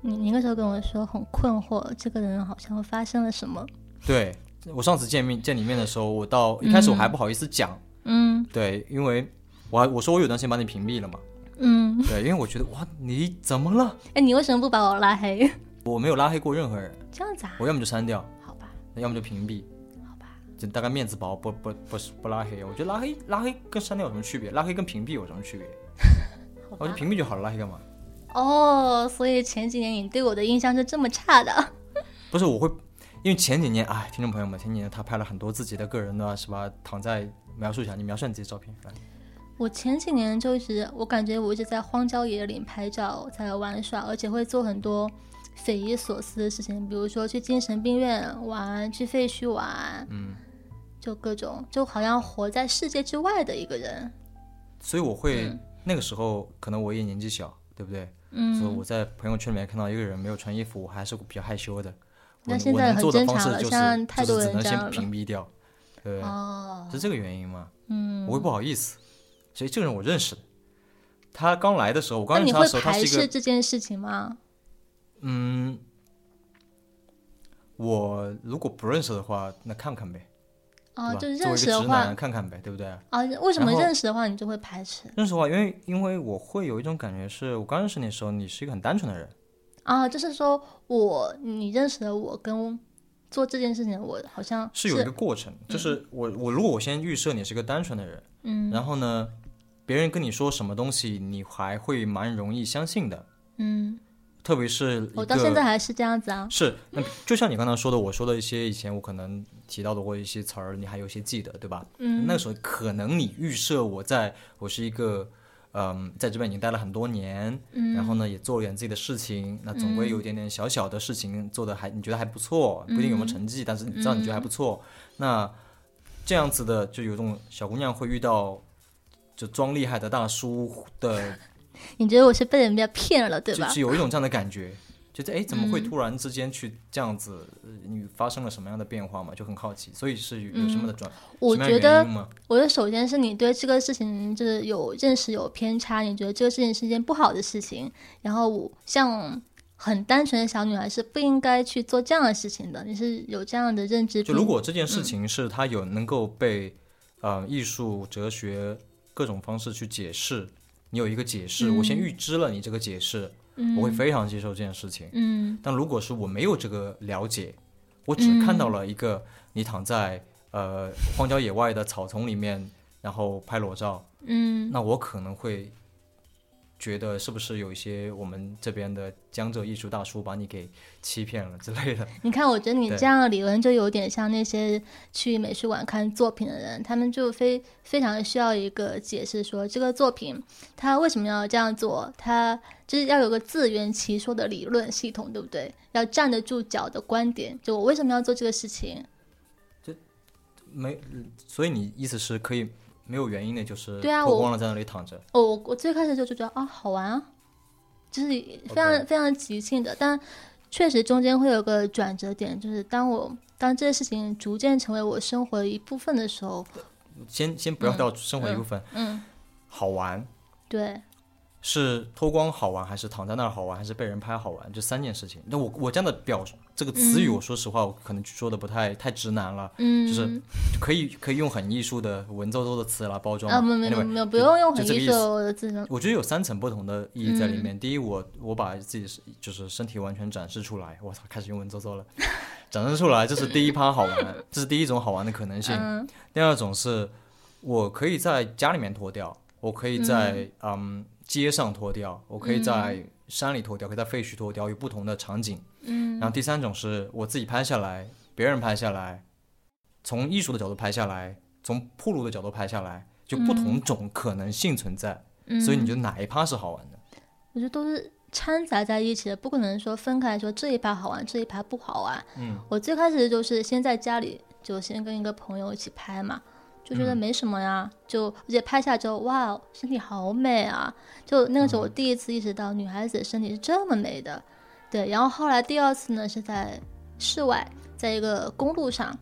你你那时候跟我说很困惑，这个人好像发生了什么。对我上次见面见你面的时候，我到一开始我还不好意思讲，嗯对，因为我还我说我有段时间把你屏蔽了嘛，嗯，对，因为我觉得哇你怎么了？哎，你为什么不把我拉黑？我没有拉黑过任何人，这样子啊？我要么就删掉，好吧，要么就屏蔽，好吧，就大概面子薄，不不不是不拉黑。我觉得拉黑拉黑跟删掉有什么区别？拉黑跟屏蔽有什么区别？哦好我就吧。屏蔽就好了，拉黑干嘛？哦，所以前几年你对我的印象是这么差的。不是我会，因为前几年哎，听众朋友们，前几年他拍了很多自己的个人的啊是吧？躺在描述一下，你描述你自己照片来。我前几年就一直，我感觉我一直在荒郊野岭拍照，在玩耍，而且会做很多匪夷所思的事情，比如说去精神病院玩，去废墟玩，嗯，就各种，就好像活在世界之外的一个人。所以我会、嗯那个时候可能我也年纪小，对不对？嗯，所以我在朋友圈里面看到一个人没有穿衣服，我还是比较害羞的。我那现我在能很做的正方常式了就是像太就多是只人能这样先了屏蔽掉，对不对？哦，是这个原因吗？嗯，我会不好意思。所以这个人我认识的，他刚来的时候，我刚那认你识他的会时候，他排是一斥个这件事情吗？嗯，我如果不认识的话，那看看呗，哦，对吧？就作为一个是认识的直话男，看看呗，对不对？啊，为什么然后认识的话你就会排斥？认识的话，因为因为我会有一种感觉是，我刚认识你的时候，你是一个很单纯的人，啊，就是说我你认识的我跟做这件事情，我好像是有一个过程，嗯就是我我如果我先预设你是个单纯的人，嗯，然后呢，别人跟你说什么东西，你还会蛮容易相信的，嗯，特别是一我到现个在还是这样子啊。是，那就像你刚才说的，我说的一些以前我可能提到的或一些词儿，你还有一些记得，对吧？嗯，那个时候可能你预设我在我是一个，嗯，在这边已经待了很多年，嗯，然后呢也做了点自己的事情，那总归有一点点小小的事情做的还你觉得还不错，嗯不一定有没有成绩，但是你知道你觉得还不错，那这样子的就有种小姑娘会遇到。就装厉害的大叔的你觉得我是被人家骗 了，对就吧嗯是？有一种这样的感觉，觉得哎，诶怎么会突然之间去这样子？呃你发生了什么样的变化嘛？就很好奇，所以是有有什么的转？我什么觉样的得原因吗？我觉得首先是你对这个事情就是有认识有偏差，你觉得这个事情是一件不好的事情，然后我像很单纯的小女孩是不应该去做这样的事情的，你是有这样的认知就并。如果这件事情是它有能够被呃艺术、哲学各种方式去解释，你有一个解释，我先预知了你这个解释，我会非常接受这件事情。嗯但如果是我没有这个了解，我只看到了一个你躺在呃荒郊野外的草丛里面，然后拍裸照，嗯那我可能会觉得是不是有一些我们这边的江浙艺术大叔把你给欺骗了之类的？你看，我觉得你对这样的理论就有点像那些去美术馆看作品的人，他们就非非常需要一个解释说，这个作品它为什么要这样做，它就是要有个自圆其说的理论系统，对不对？要站得住脚的观点，就我为什么要做这个事情？没，所以你意思是可以没有原因的，就是对啊脱我光了在那里躺着。哦，我我最开始就就觉得啊，好玩啊，就是非常 OK 非常即兴的，但确实中间会有个转折点，就是当我当这些事情逐渐成为我生活的一部分的时候，先先不要到生活一部分，嗯，好玩对。是脱光好玩，还是躺在那儿好玩，还是被人拍好玩？这三件事情。那我我这样的表这个词语，我说实话，我可能说的不太太直男了，嗯，就是可以可以用很艺术的文绉绉的词来包装啊，嘛没有没有 Anyway，没有，不就用用就很这个艺意术思的自身。我觉得有三层不同的意义在里面。第一，我我把自己是就是身体完全展示出来，我操，开始用文绉绉了，展示出来，这是第一趴好玩，这是第一种好玩的可能性。第二种是，我可以在家里面脱掉，我可以在嗯街上脱掉，我可以在山里脱掉，可以在废墟脱掉，有不同的场景。嗯。然后第三种是我自己拍下来，别人拍下来，从艺术的角度拍下来，从铺路的角度拍下来，就不同种可能性存在。嗯所以你觉得哪一趴是好玩的？我觉得都是掺杂在一起的，不可能说分开说这一趴好玩，啊这一趴不好玩。嗯，我最开始就是先在家里，就先跟一个朋友一起拍嘛，就嗯觉得没什么呀，就而且拍下之后，哇，哦身体好美啊！就那个时候嗯我第一次意识到女孩子的身体是这么美的，对。然后后来第二次呢是在室外，在一个公路上。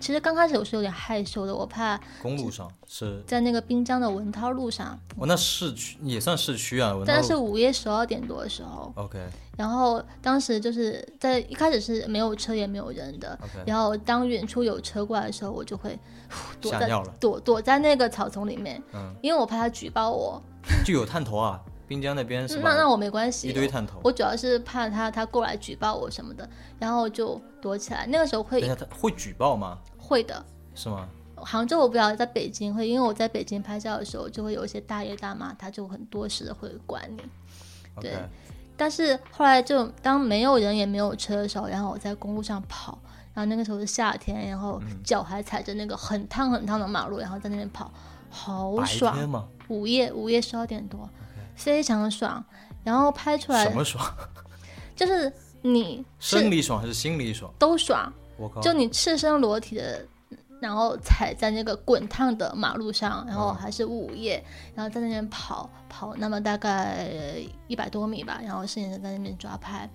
其实刚开始我是有点害羞的，我怕公路上是，在那个滨江的文涛路上，我、那市区也算市区啊。文但道是路午夜十二点多的时候， OK 然后当时就是在一开始是没有车也没有人的 OK 然后当远处有车过来的时候，我就会呼躲吓在尿了躲躲在那个草丛里面，嗯因为我怕他举报我，嗯就有探头啊，滨江那边是吧？那那我没关系，一堆探头。我主要是怕他他过来举报我什么的，然后就躲起来。那个时候等一会下，他会举报吗？会的，是吗？杭州我不知道，在北京会，因为我在北京拍照的时候，就会有一些大爷大妈，他就很多事会管你。 OK，对但是后来就当没有人也没有车的时候，然后我在公路上跑，然后那个时候是夏天，然后脚还踩着那个很烫很烫的马路，然后在那边跑，好白爽天。嘛，午夜午夜十二点多，非常爽。然后拍出来什么爽？就是你生是理爽还是心理爽？都爽，我靠，就你赤身裸体的，然后踩在那个滚烫的马路上，然后还是午夜，然后在那边跑跑，那么大概一百多米吧，然后摄影师在那边抓拍，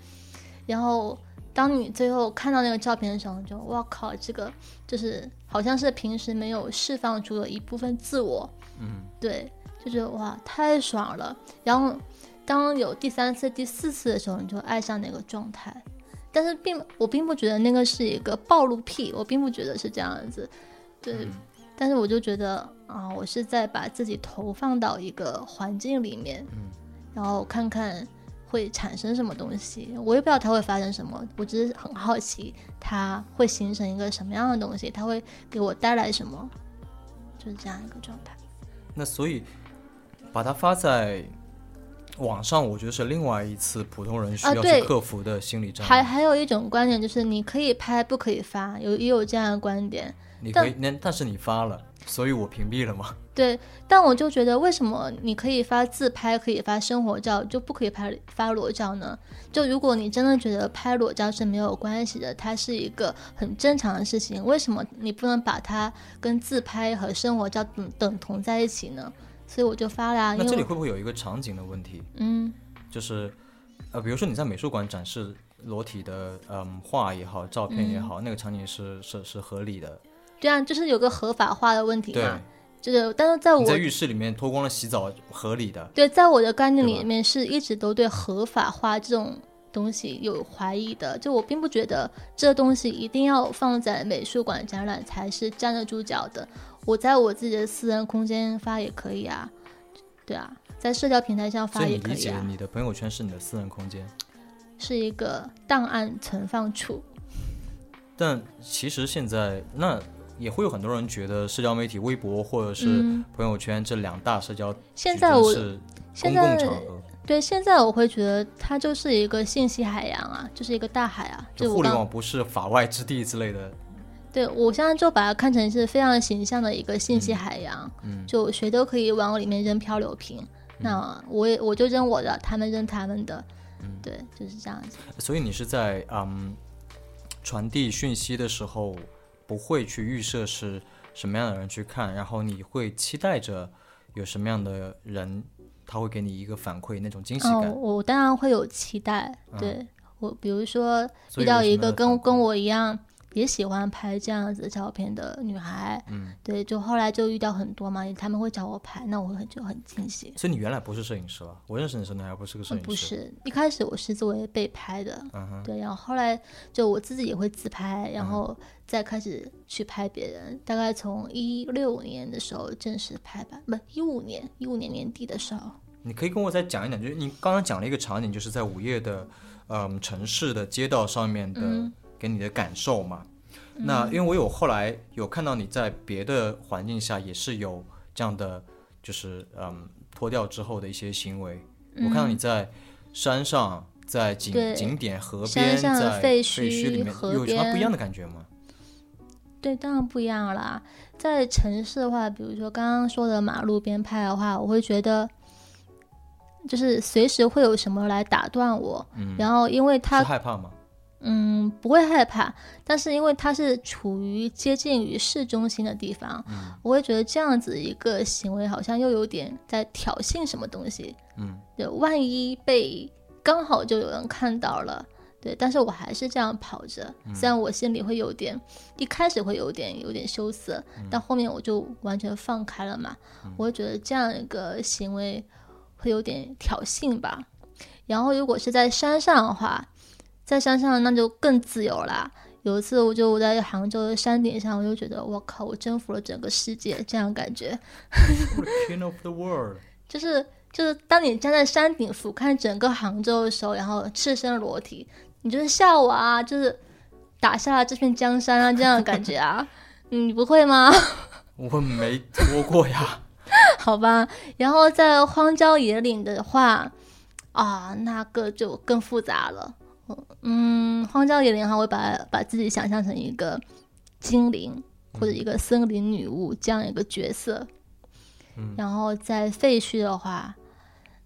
然后当你最后看到那个照片的时候，你就哇靠，这个就是好像是平时没有释放出的一部分自我，嗯，对，就觉得哇太爽了。然后当有第三次、第四次的时候，你就爱上那个状态。但是并我并不觉得那个是一个暴露癖，我并不觉得是这样子，对。但是我就觉得啊，我是在把自己投放到一个环境里面，然后看看会产生什么东西。我也不知道它会发生什么，我只是很好奇它会形成一个什么样的东西，它会给我带来什么，就是这样一个状态。那所以把它发在网上，我觉得是另外一次普通人需啊要对去克服的心理障还碍。还有一种观点就是，你可以拍，不可以发，有也有这样的观点。你可以，那但是你发了，所以我屏蔽了嘛。对，但我就觉得，为什么你可以发自拍，可以发生活照，就不可以拍发裸照呢？就如果你真的觉得拍裸照是没有关系的，它是一个很正常的事情，为什么你不能把它跟自拍和生活照等等同在一起呢？所以我就发啦，那因这里为会不会有一个场景的问题？嗯就是呃，比如说你在美术馆展示裸体的嗯画也好，照片也嗯好，那个场景是是是合理的。对啊，就是有个合法化的问题对嘛，，就是但是在我你在浴室里面脱光了洗澡，合理的。对，在我的概念对吧里面是一直都对合法化这种东西有怀疑的，就我并不觉得这东西一定要放在美术馆展览才是站得住脚的。我在我自己的私人空间发也可以啊，对啊，在社交平台上所发以你也可理以解啊，你的朋友圈是你的私人空间，是一个档案存放处。但其实现在那也会有很多人觉得社交媒体、微博或者是嗯朋友圈这两大社交现矩在阵我是现公共在场合，对现在我会觉得它就是一个信息海洋啊，就是一个大海啊，就就是互我联刚网不是法外之地之类的。对我现在就把它看成是非常形象的一个信嗯息海洋，就谁都可以往里面扔漂流瓶，嗯那我也我就扔我的，他们扔他们的，嗯对，就是这样子。嗯所以你是在嗯传递讯息的时候，不会去预设是什么样的人去看，然后你会期待着有什么样的人，他会给你一个反馈那种惊喜嗯，感。嗯我当然会有期待，对我比如说所以遇到为什一么个要跟反跟馈我一样也喜欢拍这样子照片的女孩，嗯，对，就后来就遇到很多嘛，他们会找我拍，那我会很就很惊喜。所以你原来不是摄影师了，我认识你的时候你还不是个摄嗯影师。不是，一开始我是作为被拍的，嗯哼，嗯对，然后后来就我自己也会自拍，然后再开始去拍别人。大概从一六年的时候正式拍吧，不，一五年，一五年年底的时候，你可以跟我再讲一讲，就是你刚刚讲了一个场景，就是在午夜的，嗯，城市的街道上面的、嗯给你的感受嘛。那因为我有后来有看到你在别的环境下也是有这样的，就是嗯脱掉之后的一些行为。我看到你在山上，在景嗯对景点、河山边、上在废废墟里面，河有什么不一边样的感觉吗？对，当然不一样啦。在城市的话，比如说刚刚说的马路边拍的话，我会觉得。就是随时会有什么来打断我，嗯然后因为它是害怕吗？嗯，不会害怕，但是因为它是处于接近于市中心的地方，我会觉得这样子一个行为好像又有点在挑衅什么东西。嗯，对，万一被刚好就有人看到了，对，但是我还是这样跑着，虽然我心里会有点，一开始会有点有点羞涩，但后面我就完全放开了嘛。我会觉得这样一个行为会有点挑衅吧。然后如果是在山上的话，在山上那就更自由啦。有一次，我就我在杭州的山顶上，我就觉得我靠，我征服了整个世界，这样感觉 I'm the King of the world，就是就是当你站在山顶俯瞰整个杭州的时候，然后赤身裸体，你就是笑我啊，就是打下了这片江山啊，这样的感觉啊， 你不会吗？ 我没脱过呀。好吧，然后在荒郊野岭的话，啊，那个就更复杂了。嗯，荒郊野岭的话，我会把把自己想象成一个精灵或者嗯一个森林女巫这样一个角色。嗯然后在废墟的话，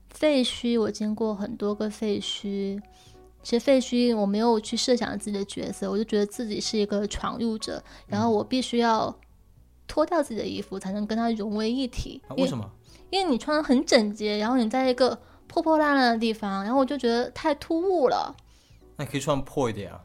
废墟我经过很多个废墟，其实废墟我没有去设想自己的角色，我就觉得自己是一个闯入者，然嗯后我必须要脱掉自己的衣服才能跟它融为一体。啊 因为什么？因为你穿的很整洁，然后你在一个破破烂烂的地方，然后我就觉得太突兀了。那你可以穿破一点啊。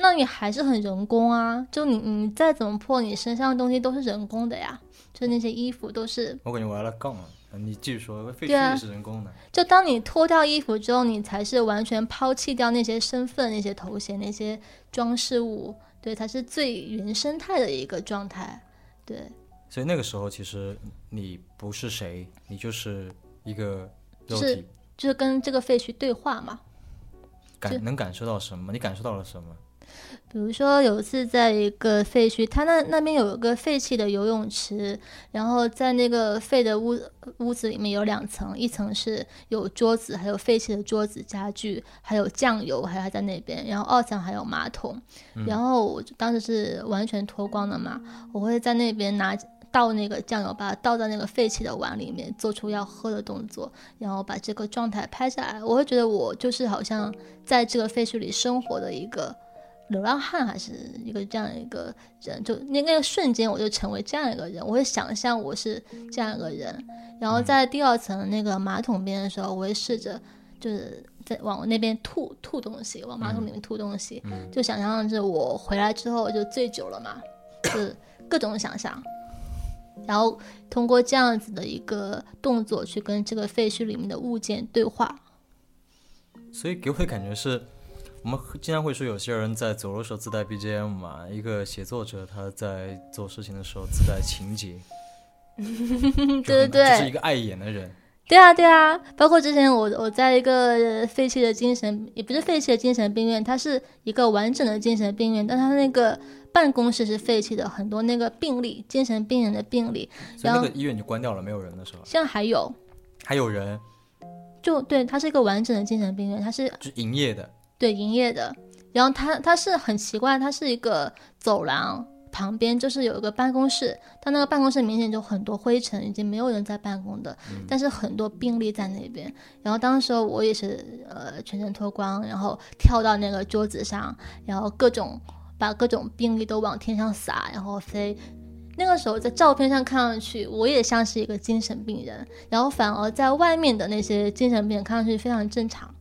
那你还是很人工啊，就你你再怎么破，你身上的东西都是人工的呀，就那些衣服都是。我感觉我要来杠了。啊你继续说，废墟对啊也是人工的。就当你脱掉衣服之后，你才是完全抛弃掉那些身份、那些头衔、那些装饰物，对，才是最原生态的一个状态。对，所以那个时候，其实你不是谁，你就是一个肉是体，就是跟这个废墟对话嘛。感能感受到什么？你感受到了什么？比如说有一次在一个废墟，它那那边有一个废弃的游泳池，然后在那个废的屋屋子里面有两层，一层是有桌子，还有废弃的桌子、家具，还有酱油，还还在那边，然后二层还有马桶，然后我就当时是完全脱光了嘛，我会在那边拿。倒那个酱油，把它倒在那个废弃的碗里面，做出要喝的动作，然后把这个状态拍下来。我会觉得我就是好像在这个废墟里生活的一个流浪汉还是一个这样一个人，就那那个瞬间我就成为这样一个人，我会想象我是这样一个人，然后在第二层那个马桶边的时候，我会试着就是在往那边吐吐东西，往马桶里面吐东西，就想象着我回来之后就醉酒了嘛，就是各种想象，然后通过这样子的一个动作去跟这个废墟里面的物件对话，所以给我的感觉是，我们经常会说有些人在走路的时候自带 BGM 嘛，啊一个写作者他在做事情的时候自带情节， 对对对对就是一个碍眼的人。对啊，对啊，包括之前我我在一个呃废弃的精神，也不是废弃的精神病院，它是一个完整的精神病院，但它那个办公室是废弃的，很多那个病例，精神病人的病例，所以然那后个医院就关掉了，没有人的时候，现在还有，还有人就对，它是一个完整的精神病院，它是就营业的，对营业的，然后它它是很奇怪，它是一个走廊。旁边就是有一个办公室，但那个办公室明显就很多灰尘，已经没有人在办公的，但是很多病例在那边。然后当时候我也是呃全身脱光，然后跳到那个桌子上，然后各种把各种病例都往天上撒，然后飞。那个时候在照片上看上去，我也像是一个精神病人，然后反而在外面的那些精神病人看上去非常正常。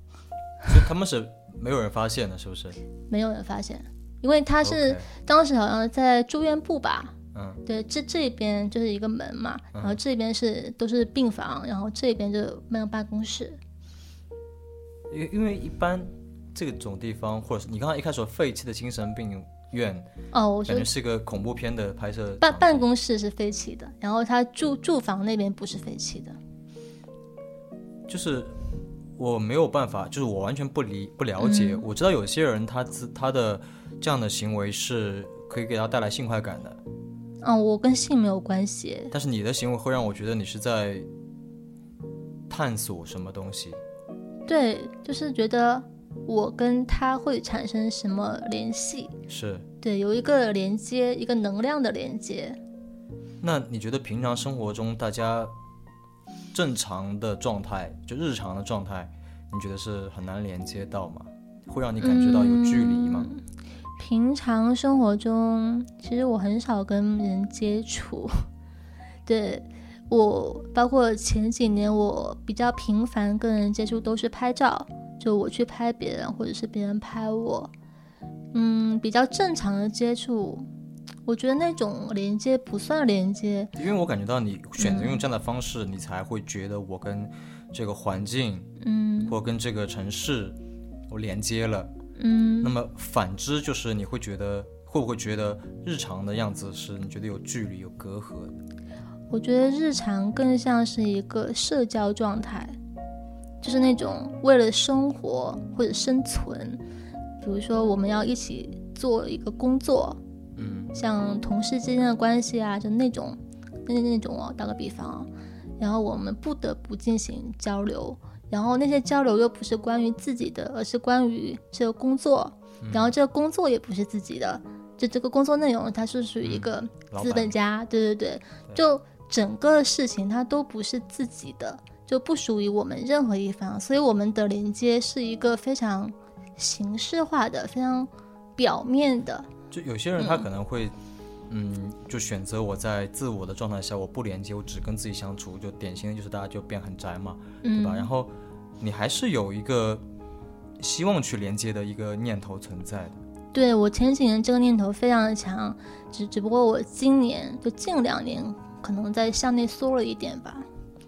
所以他们是没有人发现的，是不是？没有人发现，因为他是 OK 当时好像在住院部吧。嗯，对，这这边就是一个门嘛，然后这边是都是病房，然后这边就那个办公室。因因为一般这种地方，或者是你刚刚一开始说废弃的精神病院，哦，我说感觉是一个恐怖片的拍摄办场景办公室是废弃的，然后他住住房那边不是废弃的。就是我没有办法，就是我完全不理不了解。我知道有些人他自他的这样的行为是可以给他带来性快感的，嗯，我跟性没有关系。但是你的行为会让我觉得你是在探索什么东西。对，就是觉得我跟他会产生什么联系？是，对，有一个连接，一个能量的连接。那你觉得平常生活中大家正常的状态，就日常的状态，你觉得是很难连接到吗？会让你感觉到有距离吗？嗯平常生活中，其实我很少跟人接触。 对我，包括前几年我比较频繁跟人接触都是拍照，就我去拍别人，或者是别人拍我。嗯，比较正常的接触，我觉得那种连接不算连接。因为我感觉到你选择嗯用这样的方式，你才会觉得我跟这个环境，嗯或跟这个城市我连接了。嗯，那么反之就是你会觉得会不会觉得日常的样子是你觉得有距离有隔阂的？我觉得日常更像是一个社交状态，就是那种为了生活或者生存，比如说我们要一起做一个工作，嗯，像同事之间的关系啊，就那种那那种哦，打个比方、啊，然后我们不得不进行交流，然后那些交流又不是关于自己的，而是关于这个工作，然后这个工作也不是自己的，就这个工作内容它是属于一个老资本板家，对对对，就整个事情它都不是自己的，就不属于我们任何一方，所以我们的连接是一个非常形式化的、非常表面的，就有些人他可能会，嗯，就选择我在自我的状态下，我不连接，我只跟自己相处，就典型的就是大家就变很宅嘛，对吧？然后你还是有一个希望去连接的一个念头存在的，对我前几年这个念头非常的强，只只不过我今年就近两年可能在向内缩了一点吧。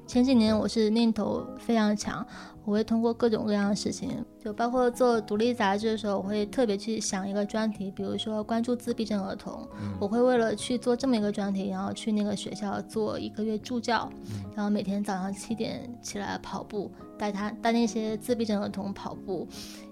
前几年我是念头非常强，我会通过各种各样的事情，就包括做独立杂志的时候，我会特别去想一个专题，比如说关注自闭症儿童，我会为了去做这么一个专题，然后去那个学校做一个月助教，然后每天早上七点起来跑步，带他带那些自闭症儿童跑步，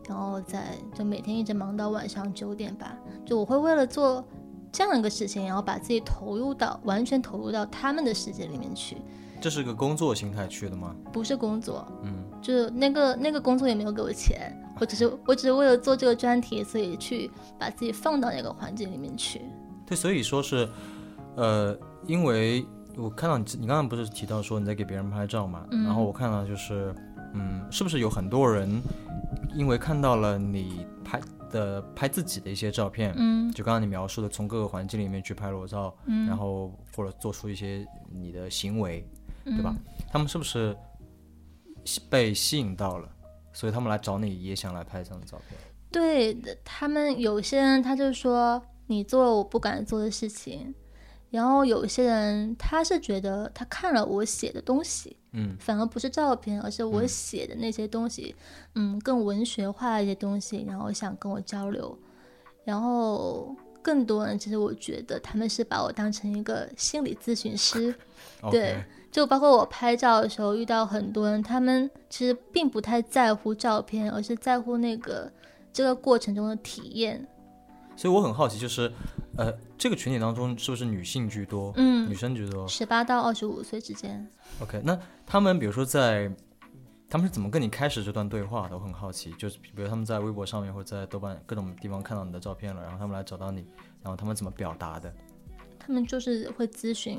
然后再就每天一直忙到晚上九点吧。就我会为了做这样一个事情，然后把自己投入到完全投入到他们的世界里面去，这是个工作心态去的吗？不是工作，嗯，就是那个那个工作也没有给我钱，我只是我只是为了做这个专题，所以去把自己放到那个环境里面去。对，所以说是，呃，因为我看到你，你刚刚不是提到说你在给别人拍照嘛，然后我看到就是，嗯，是不是有很多人因为看到了你拍的拍自己的一些照片，嗯，就刚刚你描述的从各个环境里面去拍裸照，嗯，然后或者做出一些你的行为，对吧？嗯他们是不是吸被吸引到了，所以他们来找你也想来拍这张照片？对他们有些人他就说你做了我不敢做的事情，然后有些人他是觉得他看了我写的东西，嗯，反而不是照片，而是我写的那些东西，嗯，更文学化的一些东西，然后想跟我交流，然后。更多人其实我觉得他们是把我当成一个心理咨询师，对 OK，就包括我拍照的时候遇到很多人，他们其实并不太在乎照片，而是在乎那个这个过程中的体验。所以我很好奇，就是，呃，这个群体当中是不是女性居多？嗯女生居多。十八到二十五岁之间， OK，那他们比如说在，他们是怎么跟你开始这段对话的？我很好奇，就是比如他们在微博上面或者在豆瓣各种地方看到你的照片了，然后他们来找到你，然后他们怎么表达的？他们就是会咨询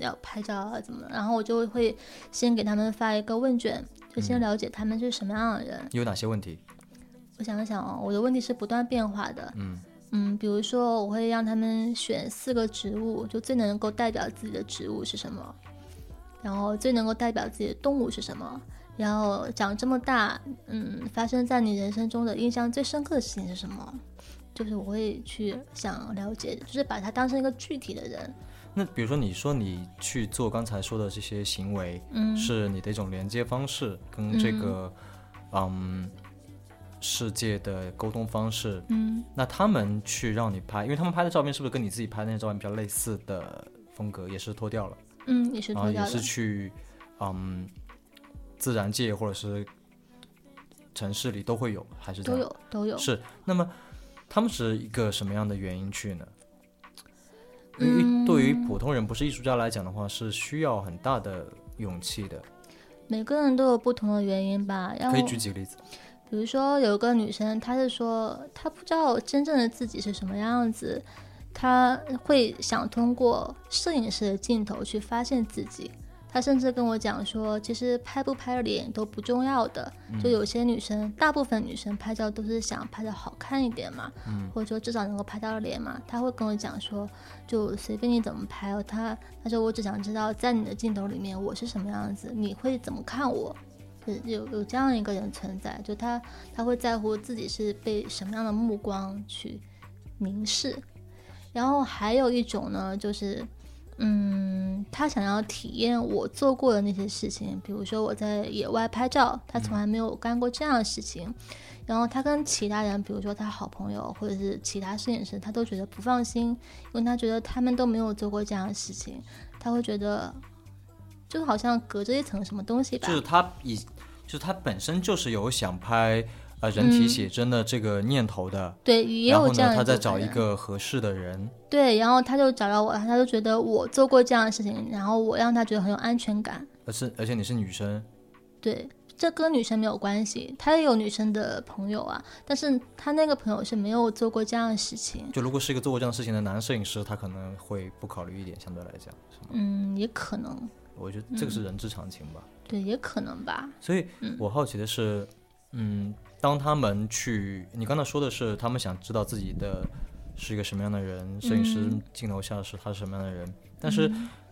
要拍照啊怎么，然后我就会先给他们发一个问卷，就先了解他们是什么样的人。有哪些问题？我想想哦，我的问题是不断变化的。嗯比如说我会让他们选四个植物，就最能够代表自己的植物是什么，然后最能够代表自己的动物是什么，然后长这么大，嗯，发生在你人生中的印象最深刻的事情是什么？就是我会去想了解，就是把他当成一个具体的人，那比如说你说你去做刚才说的这些行为，嗯是你的一种连接方式，跟这个嗯世界的沟通方式。嗯，那他们去让你拍，因为他们拍的照片是不是跟你自己拍的那些照片比较类似的风格，也是脱掉了，嗯，也是然后脱啊也掉是的，去嗯自然界或者是城市里都会有，还是这都样有都有。是，那么他们是一个什么样的原因去嗯呢？因为对于普通人，不是艺术家来讲的话，是需要很大的勇气的。每个人都有不同的原因吧，然后可以举几个例子？比如说有个女生，她是说她不知道真正的自己是什么样子，她会想通过摄影师的镜头去发现自己。她甚至跟我讲说，其实拍不拍脸都不重要的，就有些女生，大部分女生拍照都是想拍的好看一点嘛，或者说至少能够拍到脸嘛。她会跟我讲说，就随便你怎么拍哦。她她说我只想知道在你的镜头里面我是什么样子，你会怎么看我？有有有这样一个人存在，就他他会在乎自己是被什么样的目光去凝视，然后还有一种呢，就是嗯，他想要体验我做过的那些事情，比如说我在野外拍照，他从来没有干过这样的事情，然后他跟其他人，比如说他好朋友或者是其他摄影师，他都觉得不放心，因为他觉得他们都没有做过这样的事情，他会觉得。就好像隔着一层什么东西吧，就是他以，就是他本身就是有想拍呃人体写真的这个念头的，对，嗯也然有后这样呢，的他再部分找一人个合适的人。对，然后他就找到我，他就觉得我做过这样的事情，然后我让他觉得很有安全感。而是而且你是女生，对，这跟女生没有关系，他也有女生的朋友啊，但是他那个朋友是没有做过这样的事情，就如果是一个做过这样的事情的男摄影师，他可能会不考虑一点，相对来讲，是吗？嗯，也可能，我觉得这个嗯是人之常情吧。对，也可能吧，所以我好奇的是，嗯，当他们去，你刚才说的是他们想知道自己的是一个什么样的人，摄影师镜头下是他是什么样的人，但是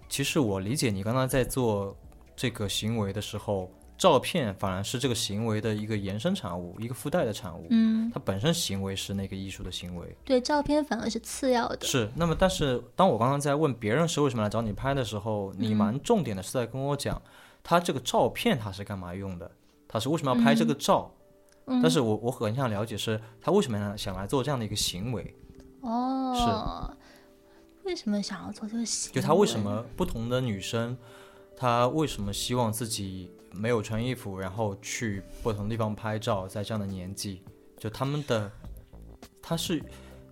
其实我理解你刚才在做这个行为的时候，照片反而是这个行为的一个延伸产物，一个附带的产物，嗯，它本身行为是那个艺术的行为，对，照片反而是次要的，是，那么但是当我刚刚在问别人是为什么来找你拍的时候，你蛮重点的是在跟我讲，他这个照片他是干嘛用的，他是为什么要拍这个照？但是我我很想了解是他为什么要想来做这样的一个行为，哦，为什么想要做这个行就为？他为什么不同的女生，她为什么希望自己没有穿衣服，然后去不同地方拍照，在这样的年纪，就他们的，他是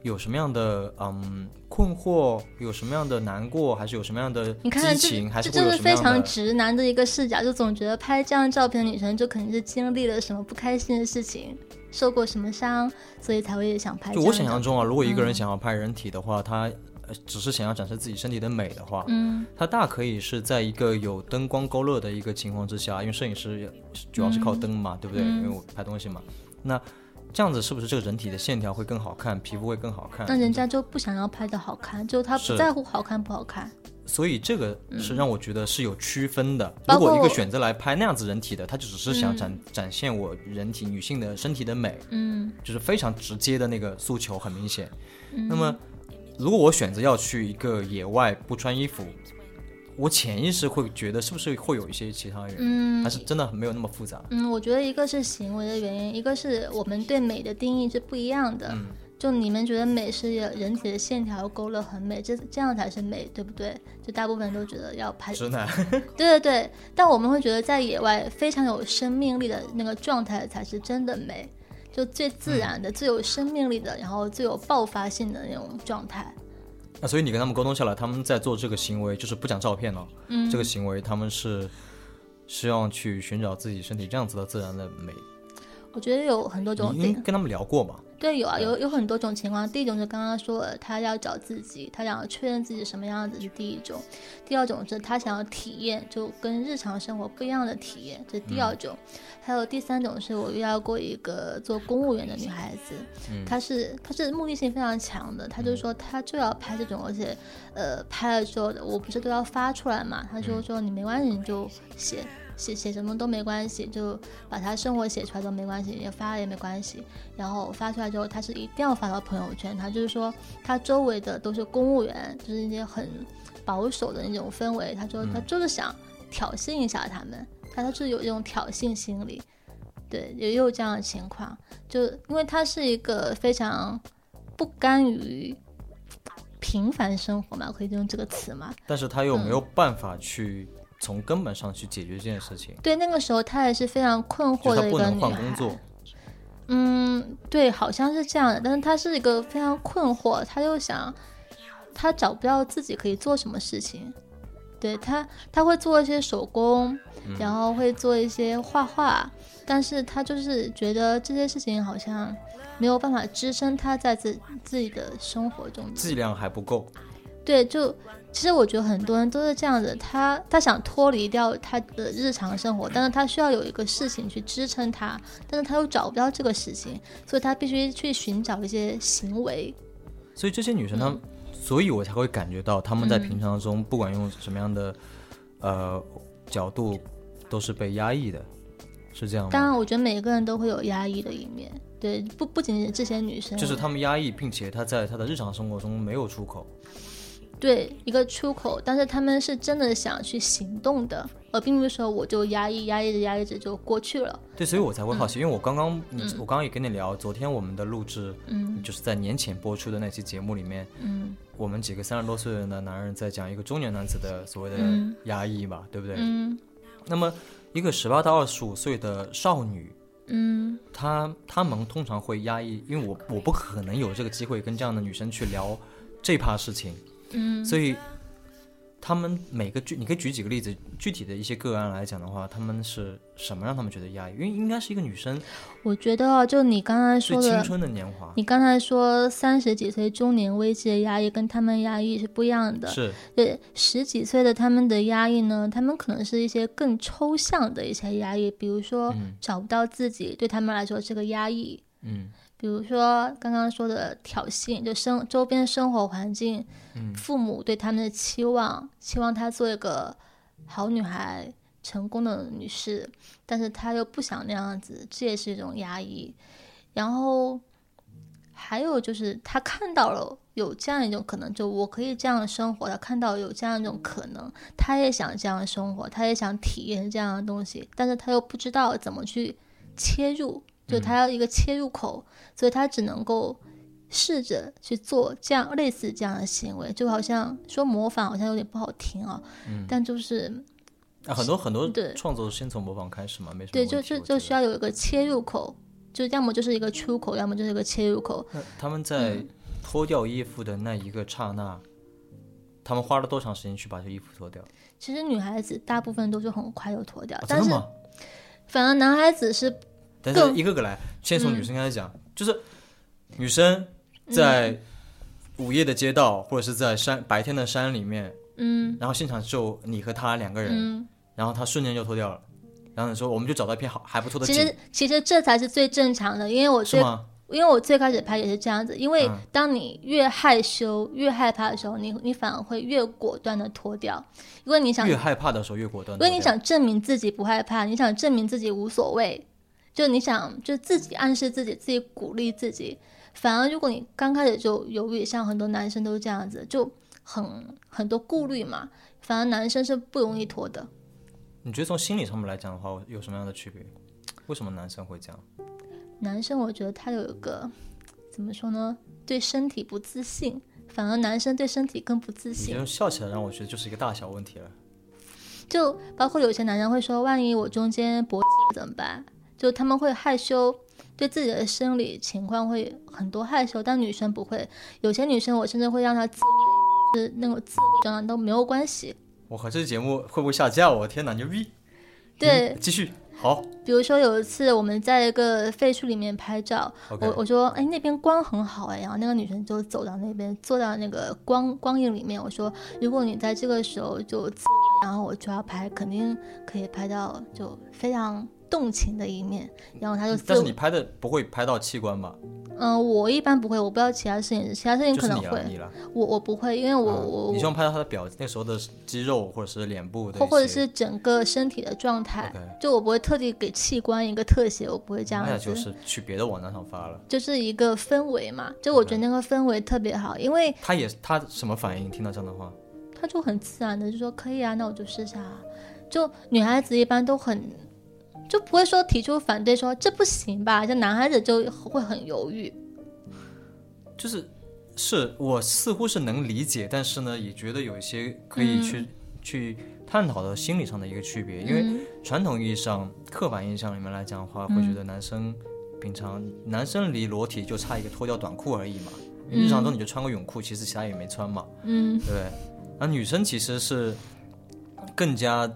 有什么样的嗯困惑，有什么样的难过，还是有什么样的你看看激情，还这，是这会有真什么非样常的？直男的一个视角，就总觉得拍这样照片的女生，就肯定是经历了什么不开心的事情，受过什么伤，所以才会想拍这就样的照片。嗯我想象中啊，如果一个人想要拍人体的话，他呃只是想要展示自己身体的美的话，嗯，他大可以是在一个有灯光勾勒的一个情况之下，因为摄影师也主要是靠灯嘛，对不对？因嗯为我拍东西嘛，那这样子是不是这个人体的线条会更好看，皮肤会更好看？那人家就不想要拍的好看，就他不是在乎好看不好看。所以这个是让我觉得是有区分的。包如括果一个选择来拍那样子人体的，他就只是想展、展现我人体女性的身体的美，嗯，就是非常直接的那个诉求很明显。那么，如果我选择要去一个野外不穿衣服，我潜意识会觉得是不是会有一些其他原因？还是真的没有那么复杂？嗯，我觉得一个是行为的原因，一个是我们对美的定义是不一样嗯的。就你们觉得美是有人体的线条勾勒很美，这这样才是美，对不对？就大部分人都觉得要拍直男对对对，但我们会觉得在野外非常有生命力的那个状态才是真的美，就最自然的、最有生命力的，然后最有爆发性的那种状态。那所以你跟他们沟通下来，他们在做这个行为就是不讲照片了、嗯这个行为他们是是要去寻找自己身体这样子的自然的美。我觉得有很多种你点应该，跟他们聊过嘛？对，有啊，有有很多种情况。第一种就刚刚说了，他要找自己，他想要确认自己什么样子是第一种；第二种是他想要体验，就跟日常生活不一样的体验，这是第二种。还有第三种是我遇到过一个做公务员的女孩子，她是她是目的性非常强的，她就说她就要拍这种，而且呃拍了之后我不是都要发出来嘛，她说说你没关系你就写。写写什么都没关系，就把她生活写出来都没关系，也发了也没关系。然后发出来之后，他是一定要发到朋友圈。他就是说，他周围的都是公务员，就是一些很保守的那种氛围。他嗯说他就是想挑衅一下他们，他他就是有这种挑衅心理。对，也有这样的情况，就因为他是一个非常不甘于平凡生活嘛，可以用这个词嘛。但是他又没嗯有办法去从根本上去解决这件事情，对，那个时候他也是非常困就惑是的他一不个能女换孩。工作，嗯，对，好像是这样的，但是他是一个非常困惑，他又想，他找不到自己可以做什么事情，对他，他会做一些手工，然后会做一些画画，但是他就是觉得这些事情好像没有办法支撑他在自自己的生活中的质量还不够。对，就其实我觉得很多人都是这样子，他他想脱离掉他的日常生活，但是他需要有一个事情去支撑他，但是他又找不到这个事情，所以他必须去寻找一些行为。所以这些女生她嗯们，所以我才会感觉到她们在平常中，不管用什么样的、呃角度，都是被压抑的，是这样当吗？然，我觉得每个人都会有压抑的一面，对，不不仅仅是这些女生，就是她们压抑，并且她在她的日常生活中没有出口。对一个出口，但是他们是真的想去行动的，而并不是说我就压抑压抑着压抑着就过去了。对，所以我才会好奇，因为我刚刚你、我刚刚也跟你聊，昨天我们的录制，嗯，就是在年前播出的那期节目里面，嗯，我们几个三十多岁的男人在讲一个中年男子的所谓的压抑嘛，对不对？嗯，那么一个十八到二十五岁的少女，嗯，她她们通常会压抑，因为我我不可能有这个机会跟这样的女生去聊这趴事情，嗯，所以他们每个具，你可以举几个例子，具体的一些个案来讲的话，他们是什么让他们觉得压抑？因为应该是一个女生我觉得啊，就你刚才最说青的，春的年华，你刚才说三十几岁中年危机的压抑跟他们压抑是不一样的。是对，十几岁的他们的压抑呢，他们可能是一些更抽象的一些压抑，比如说找不到自己，对他们来说是个压抑。嗯，比如说刚刚说的挑衅，就生周边生活环境，父母对他们的期望，期望她做一个好女孩、成功的女士，但是她又不想那样子，这也是一种压抑。然后还有就是，她看到了有这样一种可能，就我可以这样生活，她看到有这样一种可能，她也想这样生活，她也想体验这样的东西，但是她又不知道怎么去切入，就她要一个切入口，所以她只能够。试着去做这样类似这样的行为，就好像说模仿好像有点不好听啊，嗯但就是啊，很多很多对创作先从模仿开始嘛，没什么对，问就题就我就觉需要有一个切入口，就要么就是一个出口，要么就是一个切入口。得他们在嗯脱掉衣服的那一个刹那，他们花了多长时间去把这衣服脱掉？其实女孩子大部分都是很快就脱掉，啊、真但的是吗？反而男孩子是但更嗯是一个个来，先从女生开始讲，就是女生嗯在午夜的街道、或者是在山白天的山里面，嗯然后现场就你和她两个人，嗯，然后她瞬间就脱掉了，然后你说我们就找到一片好还不错的其景，实其实这才是最正常的，因为我是最吗？因为我最开始拍也是这样子，因为嗯当你越害羞、越害怕的时候，你你反而会越果断的脱掉，因为你想越害怕的时候越果断因脱掉，为你想证明自己不害怕，你想证明自己无所谓，就你想就自己暗示自己，自己鼓励自己。反而如果你刚开始就犹豫，像很多男生都是这样子，就很很多顾虑嘛。反而男生是不容易脱的，你觉得从心理上面来讲的话，有什么样的区别？为什么男生会这样？男生我觉得他有一个怎么说呢，对身体不自信，反而男生对身体更不自你信这。种笑起来让我觉得就是一个大小问题了。就包括有些男人会说，万一我中间勃起怎么办？就他们会害羞，对自己的生理情况会很多害羞，但女生不会。有些女生我甚至会让她自慰，就是那种自慰状态都没有关系。我靠，这期节目会不会下架？我天哪，牛逼！对，嗯继续好。比如说有一次我们在一个废墟里面拍照 OK 我我说哎那边光很好哎，然后那个女生就走到那边坐到那个光光影里面，我说如果你在这个时候就自，然后我就要拍，肯定可以拍到就非常动情的一面，然后她就自嗯但是你拍的不会拍到器官吧？嗯、我一般不会，我不知道其他摄影师，其他摄影就可是能你啊会了，，你了。我我不会，因为我、啊我你希望拍到他的表那时候的肌肉或者是脸部的一或些，或者是整个身体的状态 OK 就我不会特地给器官一个特写，我不会这样那子。就是去别的网站上发了。就是一个氛围嘛，就我觉得那个氛围特别好，因为他也他什么反应？听到这样的话，他就很自然的就说可以啊，那我就试下啊。就女孩子一般都很，就不会说提出反对说这不行吧，就男孩子就会很犹豫。就是是我似乎是能理解，但是呢，也觉得有一些可以去、去探讨的心理上的一个区别，因为传统意义上、刻板印象里面来讲的话，会觉得男生平常男生离裸体就差一个脱掉短裤而已嘛，日常中你就穿个泳裤，其实其他也没穿嘛。嗯，对，那女生其实是更加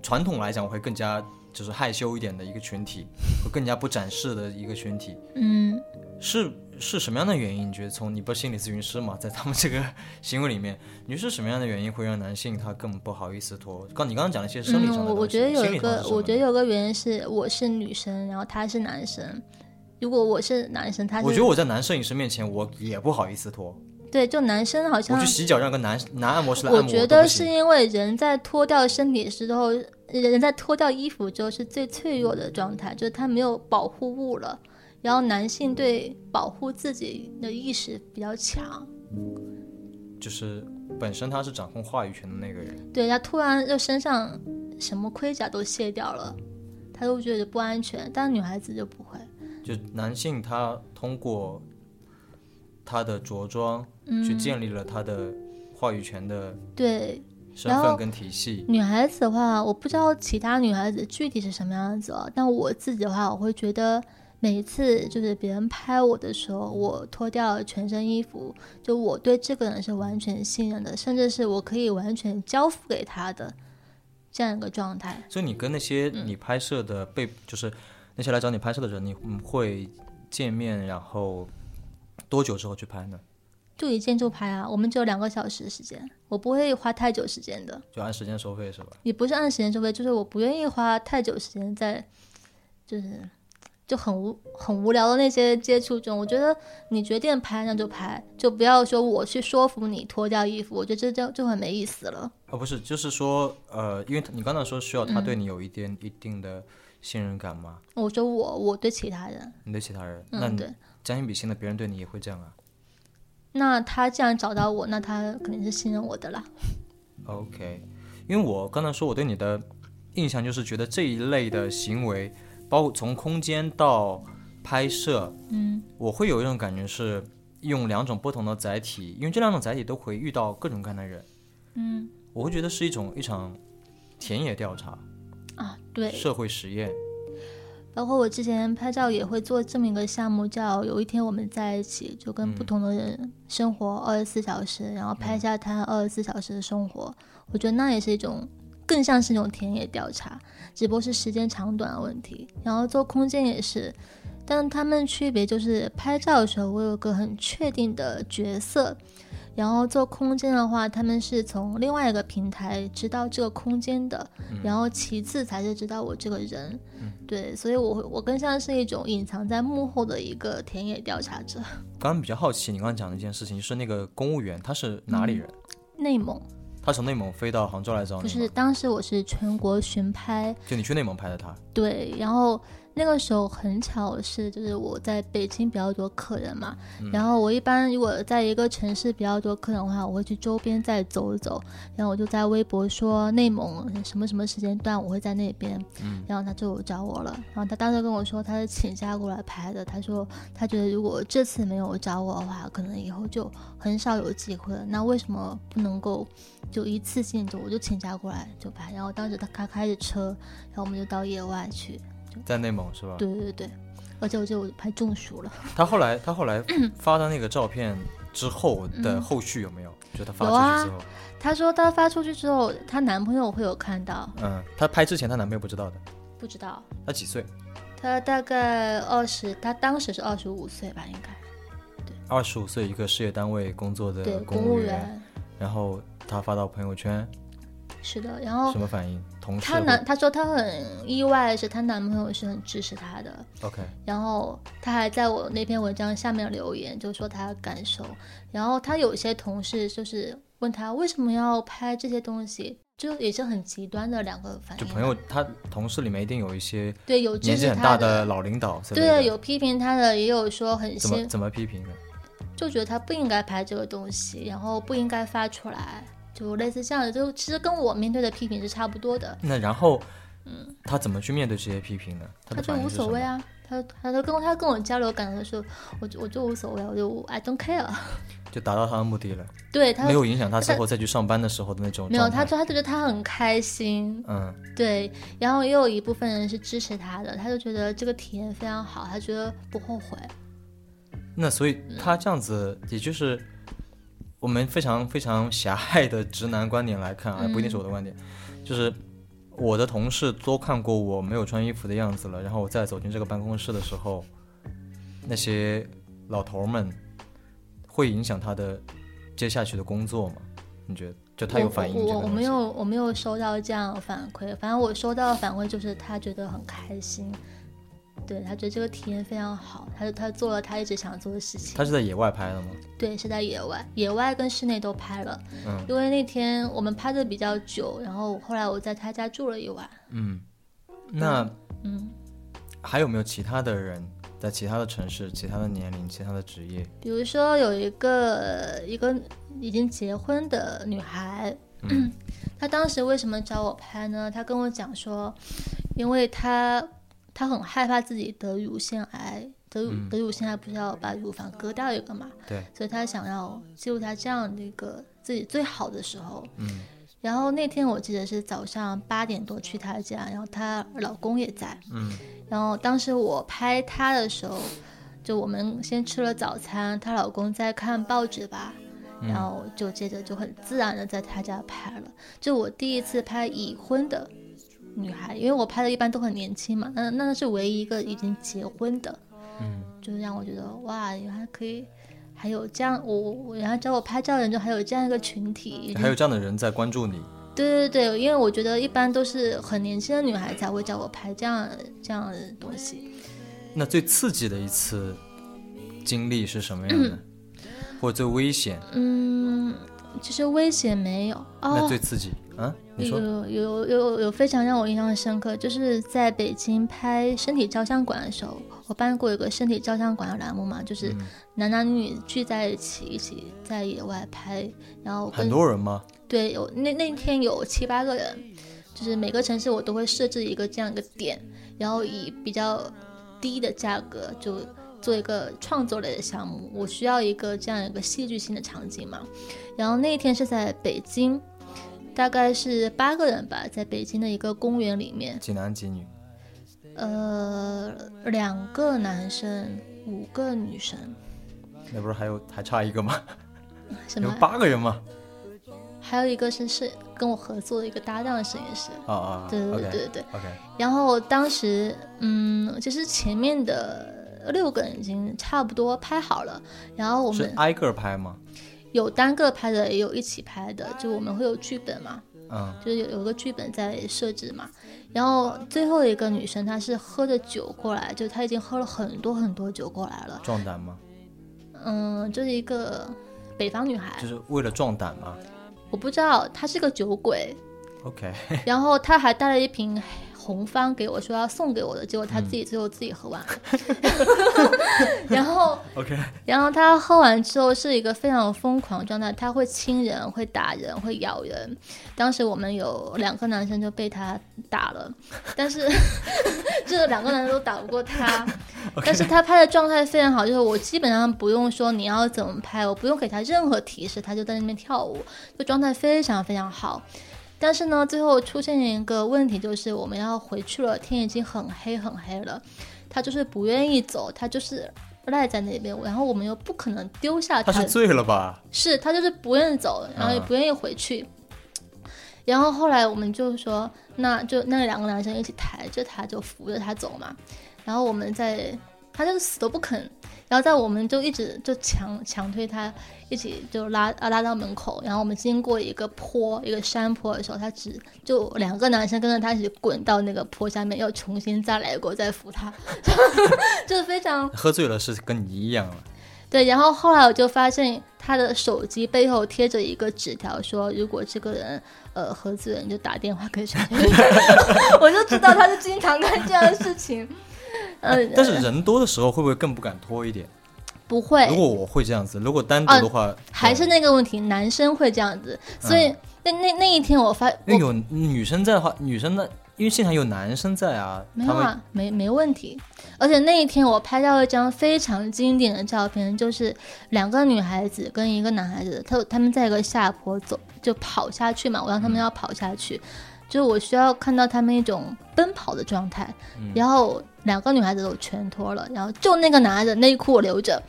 传统来讲会更加就是害羞一点的一个群体，会更加不展示的一个群体。嗯，是是什么样的原因？你觉得从你不是心理咨询师嘛，在他们这个 行为里面，你是什么样的原因会让男性他更不好意思脱？刚你刚刚讲了一些生理上嗯，的东我西、我觉得有心一理上是个什，么我觉得呢有个原因是我是女生，然后他是男生。如果我是男生，他是我觉得我在男摄影师面前我也不好意思脱，对，就男生好像我去洗脚让个男男按摩师来按我摩，觉都得不是行因为人在脱掉身体之后，人人在脱掉衣服之后是最脆弱的状态，就是他没有保护物了。然后男性对保护自己的意识比较强，就是本身他是掌控话语权的那个人。对他突然就身上什么盔甲都卸掉了，他就觉得不安全。但女孩子就不会，就男性他通过他的着装嗯去建立了他的话语权的对身然后份跟体系。女孩子的话，我不知道其他女孩子具体是什么样子哦，但我自己的话，我会觉得每一次就是别人拍我的时候，我脱掉全身衣服，就我对这个人是完全信任的，甚至是我可以完全交付给他的这样一个状态。所以你跟那些嗯你拍摄的被，就是那些来找你拍摄的人，你嗯会见面，然后多久之后去拍呢？就一键就拍啊，我们只有两个小时时间，我不会花太久时间的，就按时间收费是吧？也不是按时间收费，就是我不愿意花太久时间在，就是就很无很无聊的那些接触中。我觉得你决定拍那就拍，就不要说我去说服你脱掉衣服，我觉得这就就很没意思了。啊，不是，就是说，呃，因为他你刚才说需要他嗯对你有一点、一定的信任感嘛，我说我我对其他人，你对其他人，那嗯，你对。将心比心的，别人对你也会这样啊。那他既然找到我，那他肯定是信任我的啦。 OK，因为我刚才说我对你的印象就是觉得这一类的行为，包括从空间到拍摄，嗯，我会有一种感觉是用两种不同的载体，因为这两种载体都会遇到各种各样的人，嗯，我会觉得是一种一场田野调查、啊，对，社会实验，包括我之前拍照也会做这么一个项目，叫“有一天我们在一起”，就跟不同的人生活二十四小时，然后拍下他二十四小时的生活。我觉得那也是一种，更像是一种田野调查，只不过是时间长短的问题。然后做空间也是，但他们区别就是拍照的时候我有个很确定的角色，然后做空间的话，他们是从另外一个平台知道这个空间的，然后其次才是知道我这个人。对，所以我会我更像是一种隐藏在幕后的一个田野调查者。刚刚比较好奇，你刚刚讲的一件事情，就是那个公务员他是哪里人？内蒙他从内蒙飞到杭州来找嗯不你是，吗？当时我是全国巡拍，就你去内蒙拍的他，对，然后那个时候很巧是，就是我在北京比较多客人嘛，然后我一般如果在一个城市比较多客人的话，我会去周边再走一走，然后我就在微博说内蒙什么什么时间段我会在那边，然后他就找我了，然后他当时跟我说他是请假过来拍的，他说他觉得如果这次没有找我的话，可能以后就很少有机会了，那为什么不能够就一次性就我就请假过来就拍？然后当时他开开着车。然后我们就到野外去。在内蒙是吧？对对对，而且我就拍中暑了。他后来他后来嗯发的那个照片之后的后续有没有？就他发有啊出去之后，她说她发出去之后，她男朋友会有看到，嗯，她拍之前她男朋友不知道的。不知道。她几岁？她大概二十，她当时是二十五岁吧，应该二十五岁，一个事业单位工作对的公务务员。然后她发到朋友圈，是的，然后什么反应？同事她哦男她说她很意外的是，她男朋友是很支持她的， OK，然后她还在我那篇文章下面留言，就说她的感受。然后她有些同事就是问她为什么要拍这些东西，就也是很极端的两个反应就吧。朋友她同事里面一定有一些对有支年纪持很她大的老领导之类的，对，啊有批评他的，也有说很怎么心，怎么批评的？就觉得他不应该拍这个东西，然后不应该发出来，就类似这样的，就其实跟我面对的批评是差不多的。那然后，嗯，她怎么去面对这些批评呢？她他的就反应无是什所么谓。啊，他他就跟我他跟我交流感受的时候，我就我就无所谓啊，我就 I don't care。 就达到她的目的了，对他没有影响她之后再去上班的时候的那种没有，状他态。说他觉得他很开心，嗯，对，然后也有一部分人是支持他的，他就觉得这个体验非常好，他觉得不后悔。那所以她这样子，也就是我们非常非常狭隘的直男观点来看啊，不一定嗯是我的观点，就是我的同事都看过我没有穿衣服的样子了，然后我再走进这个办公室的时候，那些老头儿们会影响他的接下去的工作吗？你觉得？就他有反应我这我个我东没西？有我没有收到这样的反馈，反正我收到的反馈就是他觉得很开心，对他觉得这个体验非常好，他他做了他一直想做的事情他。是在野外拍的吗？对，是在野外，野外跟室内都拍了，嗯因为那天我们拍的比较久，然后后来我在他家住了一晚。嗯，那嗯，还有没有其他的人在其他的城市、其他的年龄、其他的职业？比如说有一个一个已经结婚的女孩， 她当时为什么找我拍呢？她跟我讲说，因为她她很害怕自己得乳腺癌，得乳、得乳腺癌不是要把乳房割掉一个嘛，对，所以她想要记录她这样的一个自己最好的时候。嗯，然后那天我记得是早上八点多去她家，然后她老公也在，嗯，然后当时我拍她的时候，就我们先吃了早餐，她老公在看报纸吧，嗯然后就接着就很自然的在她家拍了，就我第一次拍已婚的女孩，因为我拍的一般都很年轻嘛，那那是唯一一个已经结婚的，嗯，就让我觉得哇，原来可以。还有这样，我我我原来找我拍照的人中还有这样一个群体，已经还有这样的人在关注你，对对对，因为我觉得一般都是很年轻的女孩才会叫我拍这样这样的东西。那最刺激的一次经历是什么样的？或者最危险？嗯，其实危险没有那哦最，刺激？啊，你有说有有有有非常让我印象深刻，就是在北京拍身体照相馆的时候，我办过一个身体照相馆的栏目嘛，就是嗯男男女女聚在一起，一起在野外拍，然后很跟多人吗？对，有那那天有七八个人，就是每个城市我都会设置一个这样一个点，然后以比较低的价格就做一个创作类的项目。我需要一个这样一个戏剧性的场景嘛。然后那一天是在北京，大概是八个人吧，在北京的一个公园里面，几男几女？呃，两个男生，五个女生，那不是还有还差一个吗？什有么？八个人吗？还有一个是是跟我合作的一个搭档的摄影师。啊啊啊对对对，OK 对对。 OK，然后当时，嗯，其实前面的六个人已经差不多拍好了，然后我是们挨个儿拍吗？有单个拍的，也有一起拍的，就我们会有剧本嘛，嗯，就是有有个剧本在设置嘛。然后最后一个女生她是喝着酒过来，就她已经喝了很多很多酒过来了，壮胆吗？嗯，就是一个北方女孩就，是为了壮胆吗我不知道她是个酒鬼， ？OK，然后他还带了一瓶红方给我，说要送给我的，结果他自己最后自己喝完了。 然后 OK 然后他喝完之后是一个非常疯狂的状态，他会亲人、会打人、会咬人。当时我们有两个男生就被他打了，但是 这两个男生都打不 过他。但是他拍的状态非常好，就是我基本上不用说你要怎么拍，我不用给他任何提示，他就在那边跳舞，就状态非常非常好。但是呢，最后出现一个问题，就是我们要回去了，天已经很黑很黑了，他就是不愿意走，他就是赖在那边，然后我们又不可能丢下 他他，是醉了吧？是他就是不愿意走，然后也嗯不愿意回去。然后后来我们就说，那就那两个男生一起抬着他，就扶着他走嘛。然后我们在，他就是死都不肯。然后在我们就一直就强强推他，一起就拉啊拉到门口。然后我们经过一个坡，一个山坡的时候，他只就两个男生跟着他一起滚到那个坡下面，又重新再来过，再扶他， 就非常喝醉了是跟你一样了。对，然后后来我就发现他的手机背后贴着一个纸条，说如果这个人呃喝醉了，你就打电话给 谁谁谁。我就知道他是经常干这样的事情。呃，哎但是人多的时候会不会更不敢拖一点？不会如，果我会这样子，如果单独的话，哦还是对那个问题，男生会这样子。所以、那那那一天我发，因我嗯为有女生在的话，女生呢，因为现场有男生在啊，没他有们啊，没没问题。而且那一天我拍到一张非常经典的照片，就是两个女孩子跟一个男孩子，他他们在一个下坡走，就跑下去嘛。我让他们要跑下去，就是我需要看到他们一种奔跑的状态。然后两个女孩子都全脱了，然后就那个男孩子内裤我留着，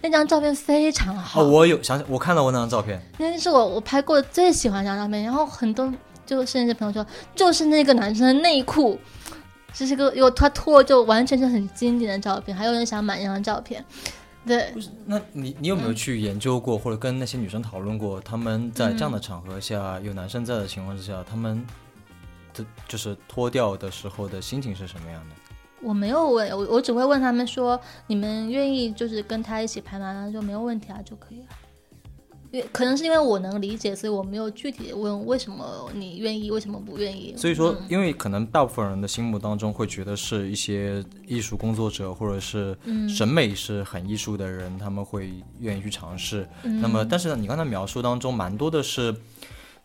那张照片非常好。哦，我有想起我看到过那张照片，那是我我拍过最喜欢的那张照片，然后很多就甚至朋友说，就是那个男生的内裤，这是个有他脱就完全是很经典的照片，还有人想买那张照片，对，那你你有嗯没有去研究过，或者跟那些女生讨论过，她们在这样的嗯场合下，有男生在的情况之下，她们的就是脱掉的时候的心情是什么样的？我没有问，我我只会问他们说，你们愿意就是跟他一起拍吗？他说没有问题啊，就可以了。因为可能是因为我能理解，所以我没有具体地问为什么你愿意，为什么不愿意。所以说，因为可能大部分人的心目当中会觉得是一些艺术工作者或者是嗯审美是很艺术的人，他们会愿意去尝试。嗯那么，但是呢，你刚才描述当中蛮多的是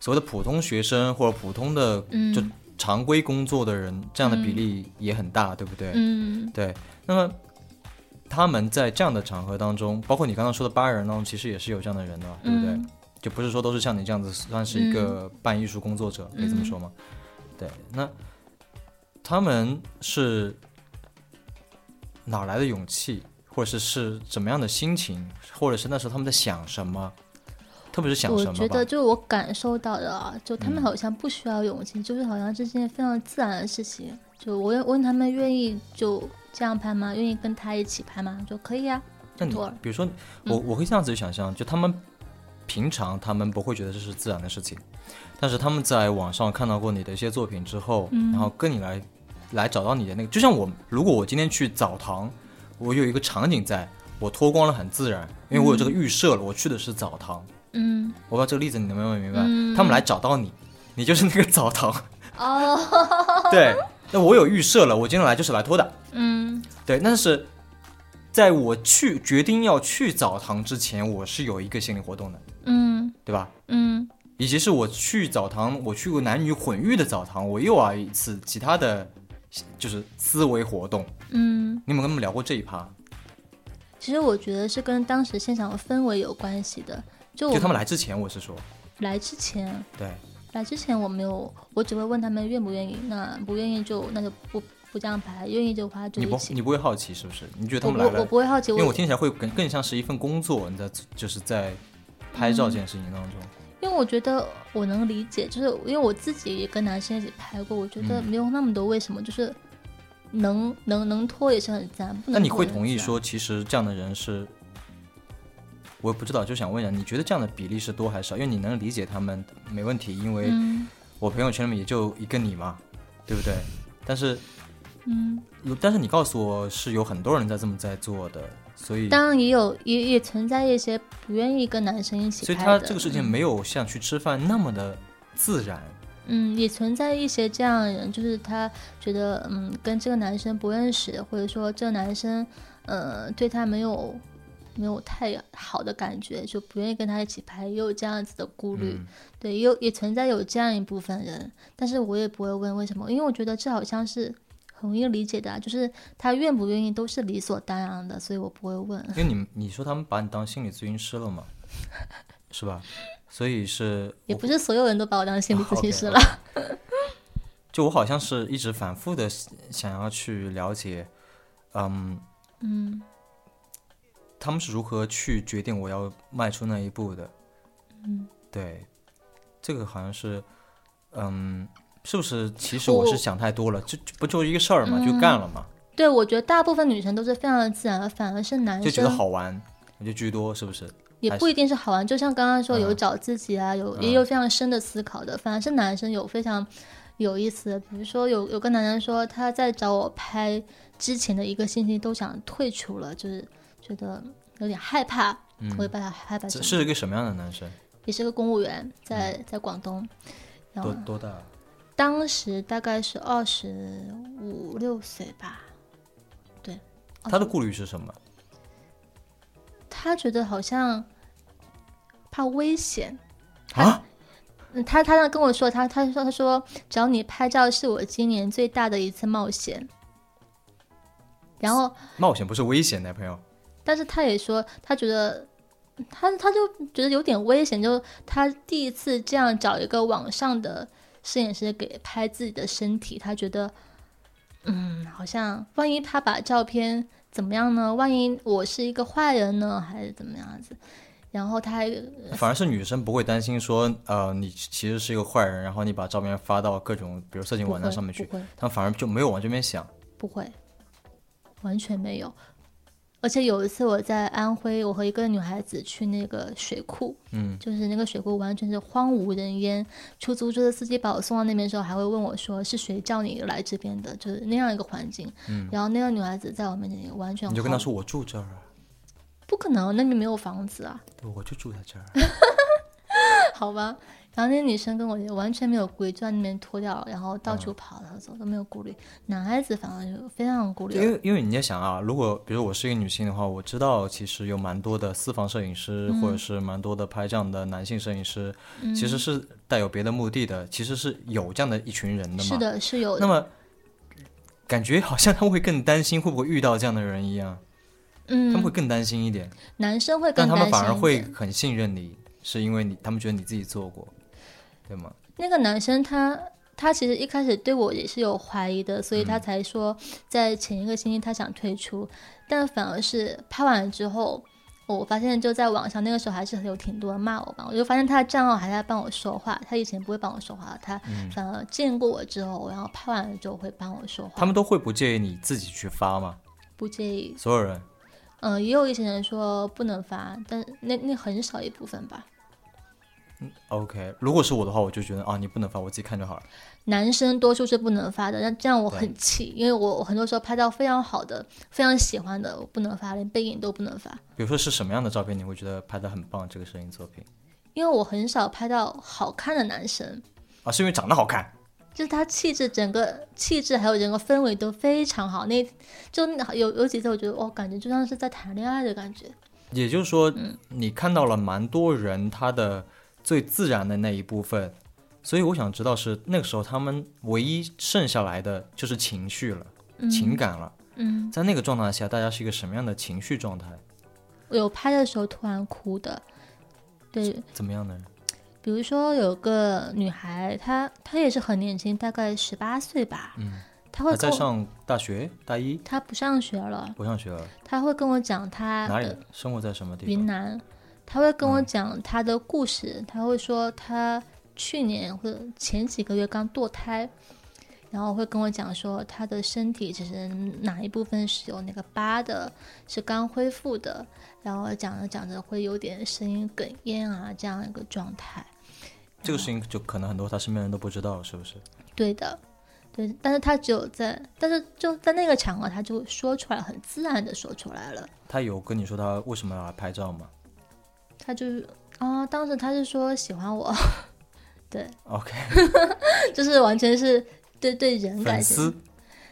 所谓的普通学生或者普通的嗯就常规工作的人，这样的比例也很大，对不对？嗯对，那么他们在这样的场合当中，包括你刚刚说的八人当中，其实也是有这样的人的嘛，对不对？嗯就不是说都是像你这样子算是一个半艺术工作者，可以这么嗯说吗？对，那他们是哪儿来的勇气，或者是是怎么样的心情，或者是那时候他们在想什么，特别是想我什么觉吧嗯得，？就我感受到的啊，就他们好像不需要勇气，就是好像这是件非常自然的事情。就我问我问他们愿意就这样拍吗？愿意跟他一起拍吗？就可以啊。那你妥了比如说我我会这样子去想象，就他们平常他们不会觉得这是自然的事情，但是他们在网上看到过你的一些作品之后，然后跟你来来找到你的那个，就像我如果我今天去澡堂，我有一个场景在，我脱光了很自然，因为我有这个预设了，我去的是澡堂。嗯，我不知道这个例子你能不能明白？他们来找到你，你就是那个澡堂。哦， 对，那我有预设了，我今天来就是来脱的。嗯，对，但是在我去决定要去澡堂之前，我是有一个心理活动的，嗯，对吧？嗯，以及是我去澡堂，我去过男女混浴的澡堂，我又要一次其他的，就是思维活动。嗯。你们跟他们聊过这一趴？其实我觉得是跟当时现场的氛围有关系的。就我就他们来之前，我是说，来之前，对，来之前我没有，我只会问他们愿不愿意。那不愿意就那就不不这样排，愿意就花就你一不起。你不会好奇是不是？你觉得他我们不来我了不，会好奇，因为我听起来会更更像是一份工作，你在就是在拍照这件事情当中。因为我觉得我能理解，就是因为我自己也跟男生一起拍过，我觉得嗯没有那么多为什么，就是能能能拖也是很自然，不能那你拖会也是同很意自然说，其实这样的人是，我也不知道，就想问一下，你觉得这样的比例是多还是少？因为你能理解他们没问题，因为嗯我朋友圈里面也就一个你嘛，对不对？但是，嗯，但是你告诉我是有很多人在这么在做的，所以，当然也有也也存在一些不愿意跟男生一起所以拍的，他这个事情没有像去吃饭那么的自然。嗯，也存在一些这样的人，就是他觉得嗯跟这个男生不认识，或者说这个男生呃对他没有没有太好的感觉，就不愿意跟他一起拍，也有这样子的顾虑。嗯对，也有也存在有这样一部分人，但是我也不会问为什么，因为我觉得这好像是很容易理解的、啊，就是他愿不愿意都是理所当然的，所以我不会问。因为你们你说他们把你当心理咨询师了嘛，是吧？所以是也我不是所有人都把我当心理咨询师了。啊，OK，OK 就我好像是一直反复的想要去了解，嗯，嗯他们是如何去决定我要迈出那一步的。嗯，对，这个好像是，嗯，是不是？其实我我是想太多了，就就不就一个事儿嘛，嗯就干了嘛，对，我觉得大部分女生都是非常的自然的，反而是男就觉得生好玩，我就居多，是不是？也还不一定是好玩。就像刚刚说，有嗯找自己啊，有嗯也有非常深的思考的，反而是男生有非常有意思的。比如说有有个男生说，他在找我拍之前的一个星期都想退出了，就是觉得有点害怕，我也不知道他害怕嗯这什么。是一嗯个什么样的男生？也是个公务员，在在广东，然多后多大？当时大概是二十五六岁吧。他的顾虑是什么？他觉得好像怕危险，啊，嗯，他他跟我说，他他说他说，只要你拍照是我今年最大的一次冒险。然后，冒险不是危险的，朋友。但是他也说，他觉得他他就觉得有点危险，就他第一次这样找一个网上的摄影师给拍自己的身体，他觉得，嗯，好像万一他把照片怎么样呢？万一我是一个坏人呢，还是怎么样子？然后他还反而是女生不会担心说，呃，你其实是一个坏人，然后你把照片发到各种，比如色情不网站会上面去不，会他们反而就没有往这边想。不会，完全没有。而且有一次我在安徽，我和一个女孩子去那个水库，嗯，就是那个水库完全是荒无人烟。出租车的司机把我送到那边的时候，还会问我说是谁叫你来这边的，就是那样一个环境。嗯、然后那个女孩子在我面前也完全你就跟他毫说我住这儿啊，不可能，那边没有房子啊， 对，我就住在这儿啊。嗯好吧。然后那女生跟我也完全没有顾虑，就在那边脱掉了，然后嗯到处跑然后走都没有顾虑。男孩子反而就非常顾虑因了，为因为你要想啊，如果比如我是一个女性的话，我知道其实有蛮多的私房摄影师，或嗯者是蛮多的拍这样的男性摄影师，其实是带有别的目的的，其实是有这样的一群人的嘛。是。的，是有那。的么感觉好像他们会更担心会不会遇到这样的人一样，他嗯们会，更担心一点。男生会但更他担心们一点，反而会很信任你，是因为你他们觉得你自己做过，对吗？那个男生他他其实一开始对我也是有怀疑的，所以他才说在前一个星期他想退出，但反而是拍完之后，我发现就在网上那个时候还是有挺多人骂我嘛，我就发现他的账号还在帮我说话，他以前不会帮我说话，他嗯反而见过我之后，然后拍完了之后会帮我说话，他们都会不介意你自己去发吗？不介意，所有人，嗯、也有一些人说不能发，但那那很少一部分吧。 OK，如果是我的话，我就觉得啊，你不能发，我自己看就好了。男生多数是不能发的，那这样我对很气，因为我我很多时候拍到非常好的、非常喜欢的，我不能发，连背影都不能发，比如说是什么样的照片，你会觉得拍的很棒？这个摄影作品因为我很少拍到好看的男生，啊，是因为长得好看。就是他气质、整个气质还有整个氛围都非常好。那就那有有几次我觉得，哦，感觉就像是在谈恋爱的感觉。也就是说，嗯你看到了蛮多人他的最自然的那一部分，所以我想知道是那个时候他们唯一剩下来的就是情绪了，情感了。嗯，在那个状态下，大家是一个什么样的情绪状态？我有拍的时候突然哭的，对，怎么样呢？比如说有个女孩，她她也是很年轻，大概十八岁吧，嗯，她还会跟在我，上大学大一，她不上学了，不上学了，她会跟我讲她哪里的？生活在什么地啊云方？南，她会跟我嗯讲她的故事，她会说她去年或者前几个月刚堕胎，然后会跟我讲说她的身体其实哪一部分是有那个疤的，是刚恢复的，然后讲着讲着会有点声音哽咽啊这样一个状态。这个事情就可能很多他身边人都不知道，是不是？对的，对，但是他只有在，但是就在那个场合，他就说出来，很自然的说出来了。他有跟你说他为什么要来拍照吗他就是啊、当时他是说喜欢我，对， ？OK，就是完全是对对人感 粉觉丝，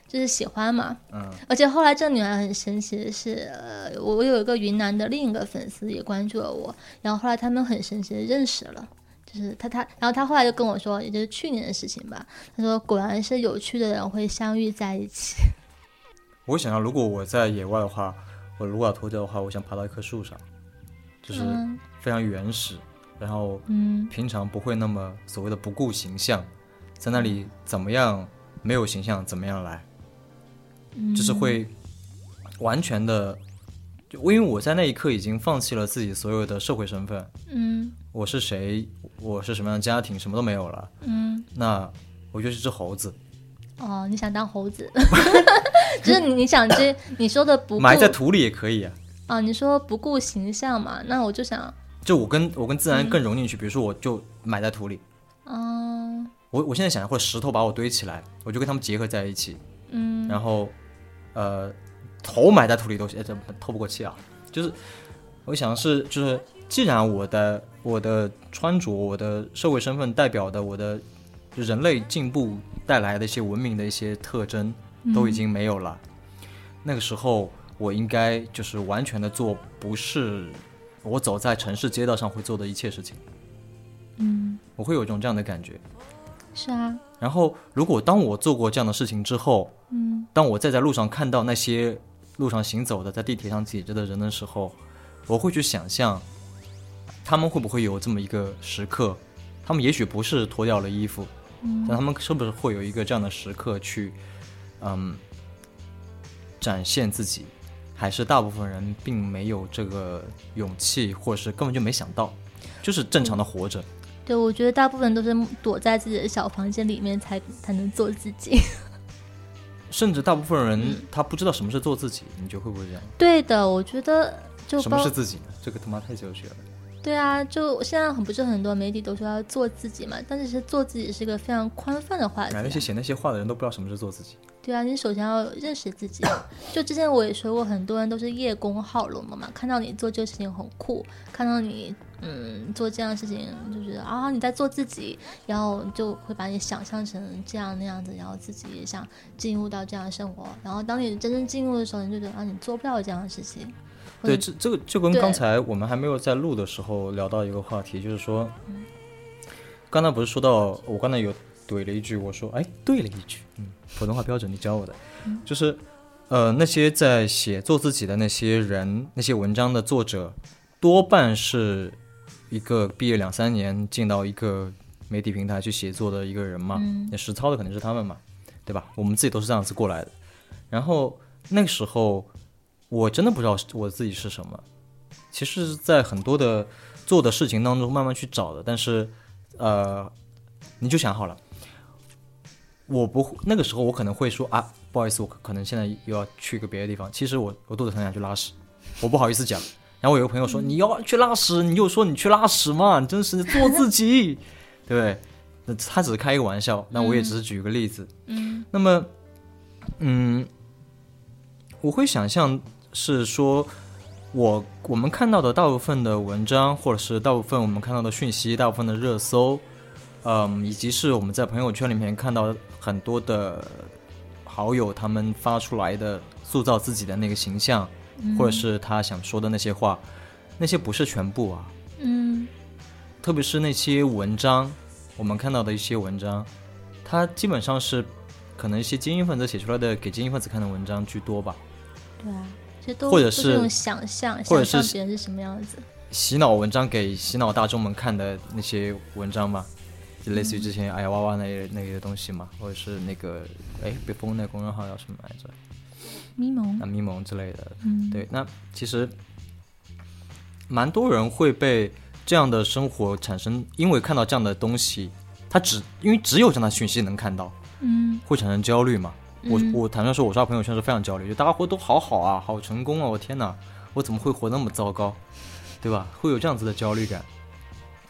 就是喜欢嘛。嗯，而且后来这个女孩很神奇的是，呃，我我有一个云南的另一个粉丝也关注了我，然后后来他们很神奇的认识了。就是他，他，然后他后来就跟我说，也就是去年的事情吧。他说，果然是有趣的人会相遇在一起。我想要，如果我在野外的话，我如果要脱掉的话，我想爬到一棵树上，就是嗯非常原始，然后嗯，平常不会那么所谓的不顾形象，在那里怎么样没有形象怎么样来，就是会完全的，就因为我在那一刻已经放弃了自己所有的社会身份，嗯我是谁，我是什么样的家庭，什么都没有了，嗯，那我就是只猴子，哦，你想当 猴子， 就是你你想这你说的不顾埋在土里也可以啊。哦，你说不顾形象嘛，那我就想，就我跟我跟自然更融进去，比如说我就埋在土里。嗯我我现在想，或者石头把我堆起来，我就跟他们结合在一起，嗯然后，呃，头埋在土里都哎这透不过气啊，就是我想是就是，既然我的我的穿着、我的社会身份代表的我的就人类进步带来的一些文明的一些特征嗯都已经没有了，那个时候我应该就是完全的做不是我走在城市街道上会做的一切事情，嗯，我会有一种这样的感觉。是啊，然后，如果当我做过这样的事情之后，嗯当我再在路上看到那些路上行走的、在地铁上挤着的人的时候，我会去想象，他们会不会有这么一个时刻？他们也许不是脱掉了衣服，嗯但他们是不是会有一个这样的时刻去，嗯，展现自己？还是大部分人并没有这个勇气，或者是根本就没想到，就是正常的活着。对，我觉得大部分都是躲在自己的小房间里面才才能做自己。 甚至大部分人他不知道什么是做自己，你觉得会不会这样？对的，我觉得就什么包是自己呢？这个他妈太哲学了。对啊，就现在很不是很多媒体都说要做自己嘛，但是其实做自己是一个非常宽泛的话题、哎，啊。那些写那些话的人都不知道什么是做自己。对啊，你首先要认识自己。啊就之前我也说过，很多人都是叶公好龙的嘛，看到你做这个事情很酷，看到你嗯做这样的事情，就觉得啊你在做自己，然后就会把你想象成这样那样子，然后自己也想进入到这样的生活。然后当你真正进入的时候，你就觉得啊你做不了这样的事情。或对，者这这个就跟对刚才我们还没有在录的时候聊到一个话题，就是说，刚才不是说到我刚才有怼了一句，我说哎对了一句，嗯，普通话标准你教我的，就是呃那些在写做自己的那些人，那些文章的作者，多半是一个毕业两三年进到一个媒体平台去写作的一个人嘛，那实操的肯定是他们嘛，对吧？我们自己都是这样子过来的。然后那个时候，我真的不知道我自己是什么。其实是在很多的做的事情当中慢慢去找的，但是，呃，你就想好了，我不会那个时候我可能会说啊，不好意思，我可可能现在又要去一个别的地方。其实我我肚子很想去拉屎，我不好意思讲。然后我有个朋友说你要去拉屎，你就说你去拉屎嘛，你真是做自己， 对不对？那他只是开一个玩笑，那我也只是举一个例子。嗯，那么，嗯，我会想象是说，我我们看到的大部分的文章，或者是大部分我们看到的讯息，大部分的热搜，嗯，以及是我们在朋友圈里面看到很多的好友他们发出来的塑造自己的那个形象，或者是他想说的那些话，那些不是全部啊。嗯特别是那些文章，我们看到的一些文章，它基本上是可能一些精英分子写出来的给精英分子看的文章居多吧，对啊，其实都或者都是是一种想象，或者想象是别人是什么样子。洗脑文章给洗脑大众们看的那些文章嘛，就类嗯似于之前哎呀哇哇那一那些东西嘛，或者是那个哎被封那个公众号叫什么来着？咪蒙啊，咪蒙之类的。嗯对，那其实蛮多人会被这样的生活产生，因为看到这样的东西，他只因为只有这样的讯息能看到，嗯会产生焦虑嘛。我我坦率说，我刷朋友圈是非常焦虑，就大家活都好好啊，好成功啊，我天哪，我怎么会活那么糟糕，对吧？会有这样子的焦虑感，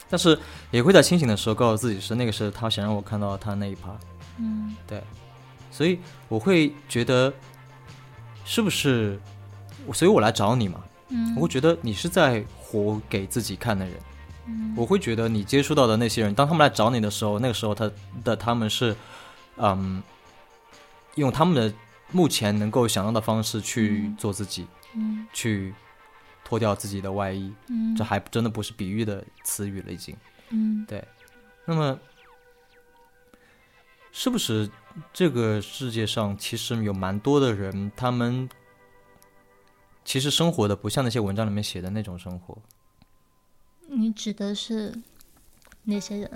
但是也会在清醒的时候告诉自己是那个是他想让我看到他那一趴，嗯，对，所以我会觉得是不是，所以我来找你嘛，嗯我会觉得你是在活给自己看的人，嗯我会觉得你接触到的那些人，当他们来找你的时候，那个时候他的他们是，嗯，用他们的目前能够想到的方式去做自己，嗯去脱掉自己的外衣，嗯这还真的不是比喻的词语了已经。嗯对，那么是不是这个世界上其实有蛮多的人，他们其实生活的不像那些文章里面写的那种生活？你指的是那些人，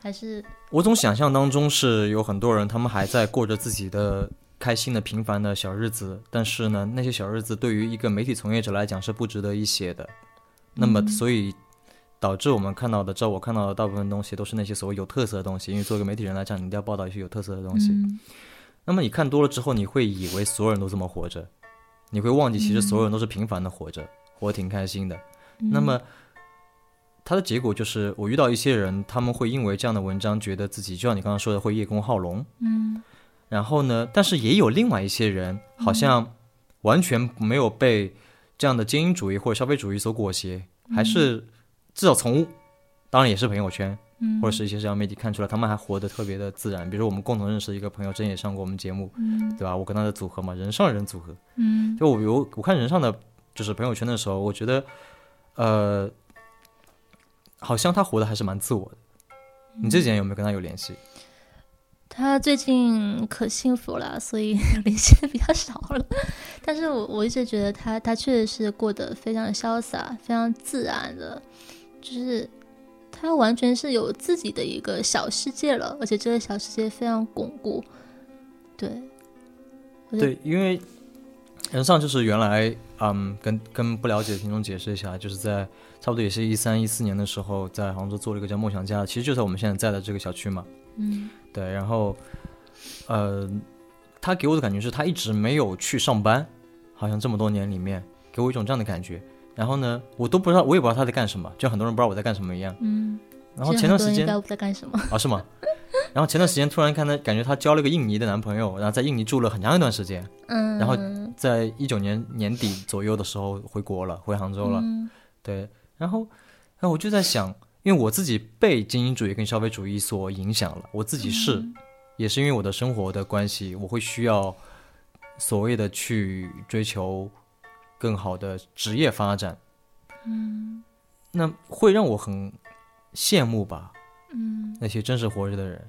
还是我总想象当中是有很多人，他们还在过着自己的开心的平凡的小日子，但是呢，那些小日子对于一个媒体从业者来讲是不值得一写的。那么，所以导致我们看到的，照我看到的大部分东西都是那些所谓有特色的东西，因为作为一个媒体人来讲，你一定要报道一些有特色的东西。嗯那么你看多了之后，你会以为所有人都这么活着，你会忘记其实所有人都是平凡的活着，活得挺开心的。那么，它的结果就是，我遇到一些人，他们会因为这样的文章，觉得自己就像你刚刚说的，会叶公好龙。嗯然后呢，但是也有另外一些人，好像完全没有被这样的精英主义或者消费主义所裹挟，嗯还是至少从，当然也是朋友圈，嗯或者是一些社交媒体看出来，他们还活得特别的自然。比如说我们共同认识的一个朋友，之前也上过我们节目，嗯对吧？我跟他的组合嘛，人上人组合。嗯就我有我看人上的就是朋友圈的时候，我觉得，呃，好像他活得还是蛮自我的。你这几年有没有跟他有联系？他最近可幸福了，所以 联系的比较少了。但是我我一直觉得他他确实是过得非常潇洒、非常自然的，就是他完全是有自己的一个小世界了，而且这个小世界非常巩固。对，我觉得对，因为人上就是原来，嗯，跟跟不了解的听众解释一下，就是在差不多也是一三一四年的时候，在杭州做了一个叫梦想家，其实就在我们现在在的这个小区嘛。嗯对，然后，呃，他给我的感觉是他一直没有去上班，好像这么多年里面给我一种这样的感觉。然后呢，我都不知道，我也不知道他在干什么，就很多人不知道我在干什么一样。嗯。然后前其实段时很多人应间该不在干什么。 啊是吗？然后前段时间突然看他，感觉他交了个印尼的男朋友，然后在印尼住了很长一段时间，嗯，然后在一九年年底左右的时候回国了，回杭州了。嗯对，然后，然后我就在想，因为我自己被精英主义跟消费主义所影响了，我自己是，也是因为我的生活的关系，我会需要所谓的去追求更好的职业发展，嗯，那会让我很羡慕吧，嗯，那些真实活着的人，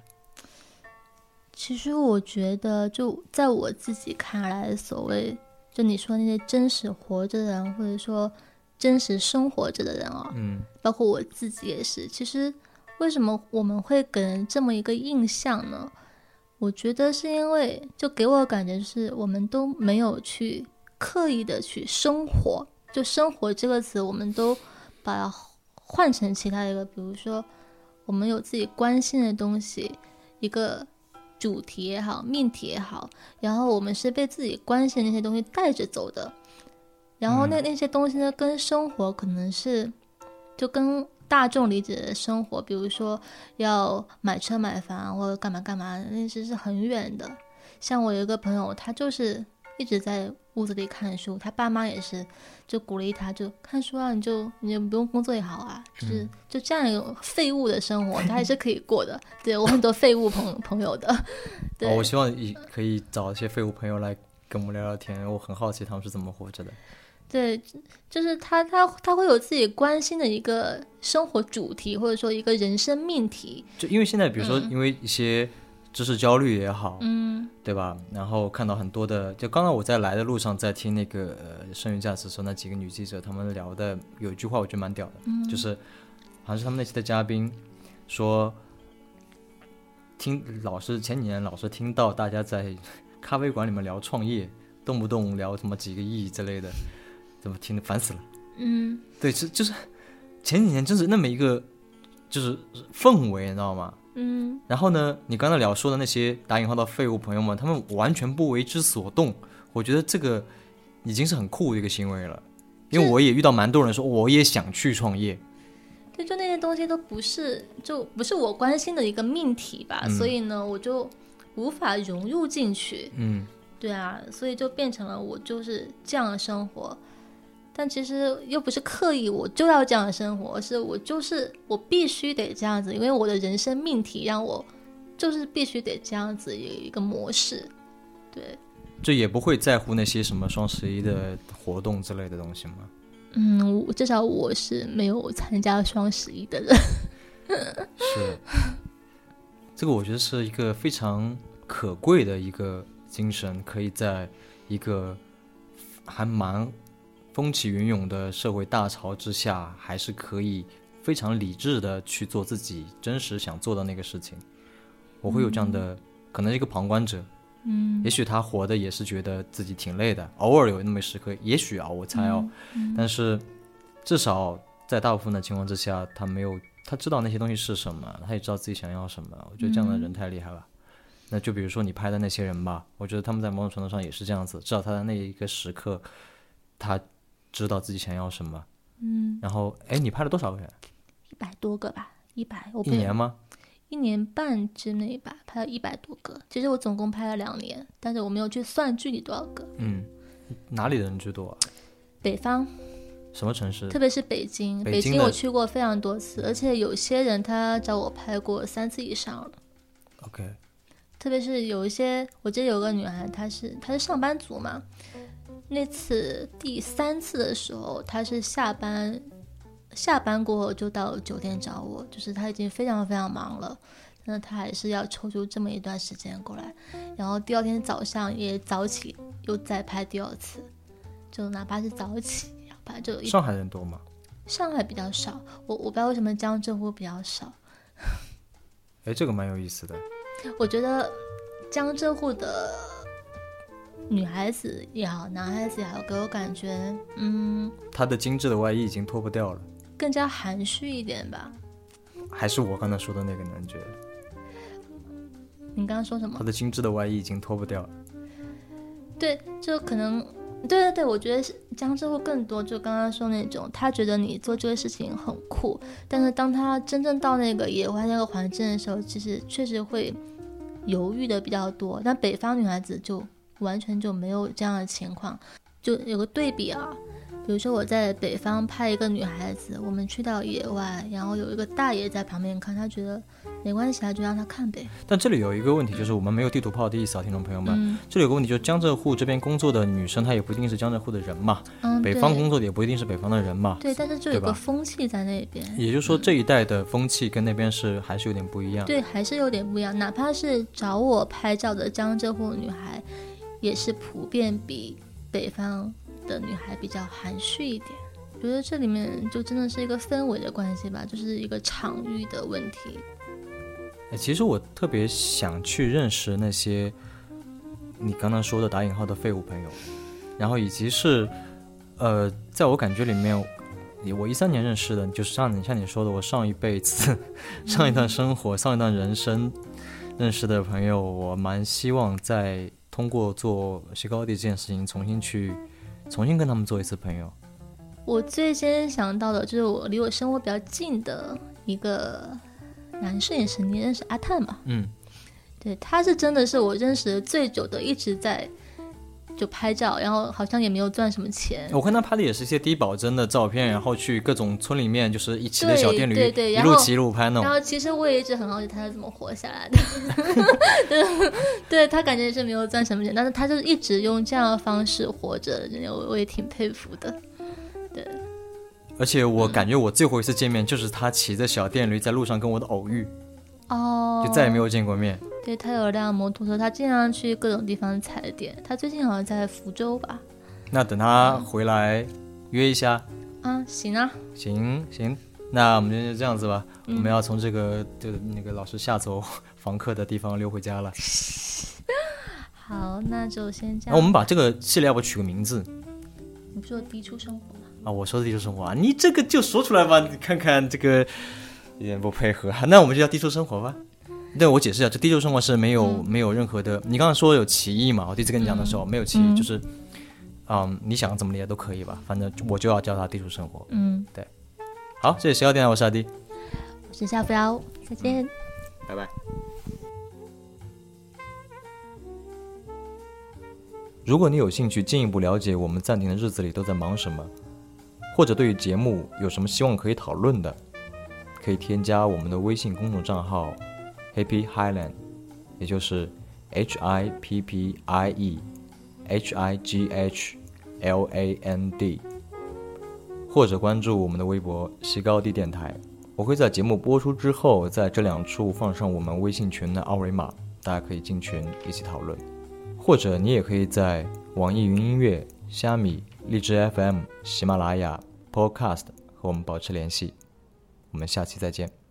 其实我觉得，就在我自己看来，所谓就你说那些真实活着的人，或者说真实生活着的人哦，嗯，包括我自己也是。其实，为什么我们会给人这么一个印象呢？我觉得是因为，就给我的感觉是我们都没有去刻意的去生活。就“生活”这个词，我们都把它换成其他一个，比如说，我们有自己关心的东西，一个主题也好，命题也好，然后我们是被自己关心的那些东西带着走的。然后那那些东西呢，跟生活可能是就跟大众理解的生活，比如说要买车买房啊或者干嘛干嘛，那些是很远的。像我有一个朋友，他就是一直在屋子里看书，他爸妈也是就鼓励他，就看书啊，你就你就不用工作也好啊，就是就这样一种废物的生活，他还是可以过的。对我很多废物朋 朋友的，对，哦，我希望以可以找一些废物朋友来跟我们聊聊天，我很好奇他们是怎么活着的。对，就是他他他会有自己关心的一个生活主题，或者说一个人生命题。就因为现在，比如说因为一些知识焦虑也好，嗯，对吧？然后看到很多的，就刚刚我在来的路上在听那个呃剩余价值的时候，那几个女记者她们聊的有一句话，我觉得蛮屌的，就是好像是他们那期的嘉宾说，听老师前几年老是听到大家在咖啡馆里面聊创业，动不动聊什么几个亿之类的，怎么听得烦死了。嗯，对，是就是前几年真是那么一个就是氛围，你知道吗？嗯，然后呢，你刚才聊说的那些打引号的废物朋友们，他们完全不为之所动，我觉得这个已经是很酷的一个行为了。因为我也遇到蛮多人说，我也想去创业，对，就那些东西都不是，就不是我关心的一个命题吧，所以呢，我就无法融入进去。嗯，对啊，所以就变成了我就是这样的生活，但其实又不是刻意我就要这样的生活，是我就是我必须得这样子，因为我的人生命题让我就是必须得这样子一个模式。对，就也不会在乎那些什么双十一的活动之类的东西嘛。嗯，我至少我是没有参加双十一的人。 是， 这个我觉得是一个非常可贵的一个精神，可以在一个还蛮风起云涌的社会大潮之下，还是可以非常理智的去做自己真实想做的那个事情。我会有这样的，可能是一个旁观者。嗯，也许他活的也是觉得自己挺累的，偶尔有那么时刻，也许啊，我猜哦，嗯但是至少在大部分的情况之下，他没有，他知道那些东西是什么，他也知道自己想要什么。我觉得这样的嗯人太厉害了。那就比如说你拍的那些人吧，我觉得他们在某种程度上也是这样子，至少他在那一个时刻，他知道自己想要什么。嗯。然后，哎，你拍了多少个人？一百多个吧，一百，我一朋友年吗？一年半之内吧，拍了一百多个。其实我总共拍了两年，但是我没有去算具体多少个。嗯。哪里的人居多啊？北方，什么城市特？别是北京，北北京京我的去过非常多次，而且有些人他找我拍过三次以上了。 OK，特别是有一些，我记得有个女孩，她是她是上班族嘛，那次第三次的时候，她是下班下班过后就到酒店找我，就是她已经非常非常忙了，那她还是要抽出这么一段时间过来，然后第二天早上也早起又再拍第二次，就哪怕是早起，哪怕就一上海人多吗？上海比较少，我我不知道为什么江浙沪比较少，哎，这个蛮有意思的。我觉得江浙沪的女孩子也好，男孩子也好，给我感觉，嗯，他的精致的外衣已经脱不掉了，更加含蓄一点吧。还是我刚才说的那个男爵，你刚刚说什么他？的精致的外衣已经脱不掉了。对，就可能，对对对，我觉得是江浙沪更多，就刚刚说那种，他觉得你做这个事情很酷，但是当他真正到那个野外那个环境的时候，其实确实会犹豫的比较多。但北方女孩子就完全就没有这样的情况，就有个对比啊。比如说我在北方拍一个女孩子，我们去到野外，然后有一个大爷在旁边看，他觉得没关系啊，就让他看呗。但这里有一个问题，就是我们没有地图炮的意思啊，听众朋友们。嗯这里有个问题，就是江浙沪这边工作的女生，她也不一定是江浙沪的人嘛；嗯，北对方工作的也不一定是北方的人嘛。对，但是就有对个吧风气在那边。也就是说，这一带的风气跟那边是还是有点不一样。对，还是有点不一样。哪怕是找我拍照的江浙沪女孩，也是普遍比北方的女孩比较含蓄一点。觉得这里面就真的是一个氛围的关系吧，就是一个场域的问题。哎，其实我特别想去认识那些你刚刚说的打引号的废物朋友，然后以及是，呃，在我感觉里面，也我一三年认识的，就是像你像你说的，我上一辈子、 上一段生活、上一段人生认识的朋友，我蛮希望在通过做西高地这件事情，重新去重新跟他们做一次朋友。我最先想到的就是我离我生活比较近的一个男摄影师，你认识阿探吗？嗯，对，他是真的是我认识的最久的，一直在就拍照，然后好像也没有赚什么钱。嗯我看他拍的也是一些低保真的照片，然后去各种村里面，就是一起的小对电驴，对对一然路后骑一路拍那种然。后其实我也一直很好奇他是怎么活下来的， 对，对他感觉是没有赚什么钱，但是他就是一直用这样的方式活着，我我也挺佩服的。而且我感觉我最后一次见面就是他骑着小电驴在路上跟我的偶遇，哦，就再也没有见过面。对他有辆摩托车，他经常去各种地方踩点。他最近好像在福州吧？那等他回来约一下，啊，行啊，行行，那我们今天就这样子吧。我们要从这个就那个老师下走房客的地方溜回家了。好，那就先这然后我样。们把这个系列要不取个名字你不是说低出生活吗？啊？我说的低俗生活啊，你这个就说出来吧，你看看这个有点不配合。啊那我们就叫低俗生活吧。对，我解释一下，这低俗生活是没有、没有任何的。你刚刚说有歧义嘛？我第一次跟你讲的时候、没有歧义，就是，嗯，你想怎么理解都可以吧，反正我就要叫它低俗生活。嗯，好，这里是要电台，我是阿迪。我是夏扶摇，再见。如果你有兴趣进一步了解我们暂停的日子里都在忙什么，或者对于节目有什么希望可以讨论的，可以添加我们的微信公众账号 Happy Highland，也就是 H I P P I E H I G H L A N D，或者关注我们的微博西高地电台。我会在节目播出之后，在这两处放上我们微信群的二维码，大家可以进群一起讨论。或者你也可以在网易云音乐、虾米、荔枝 FM、喜马拉雅、Podcast 和我们保持联系。我们下期再见。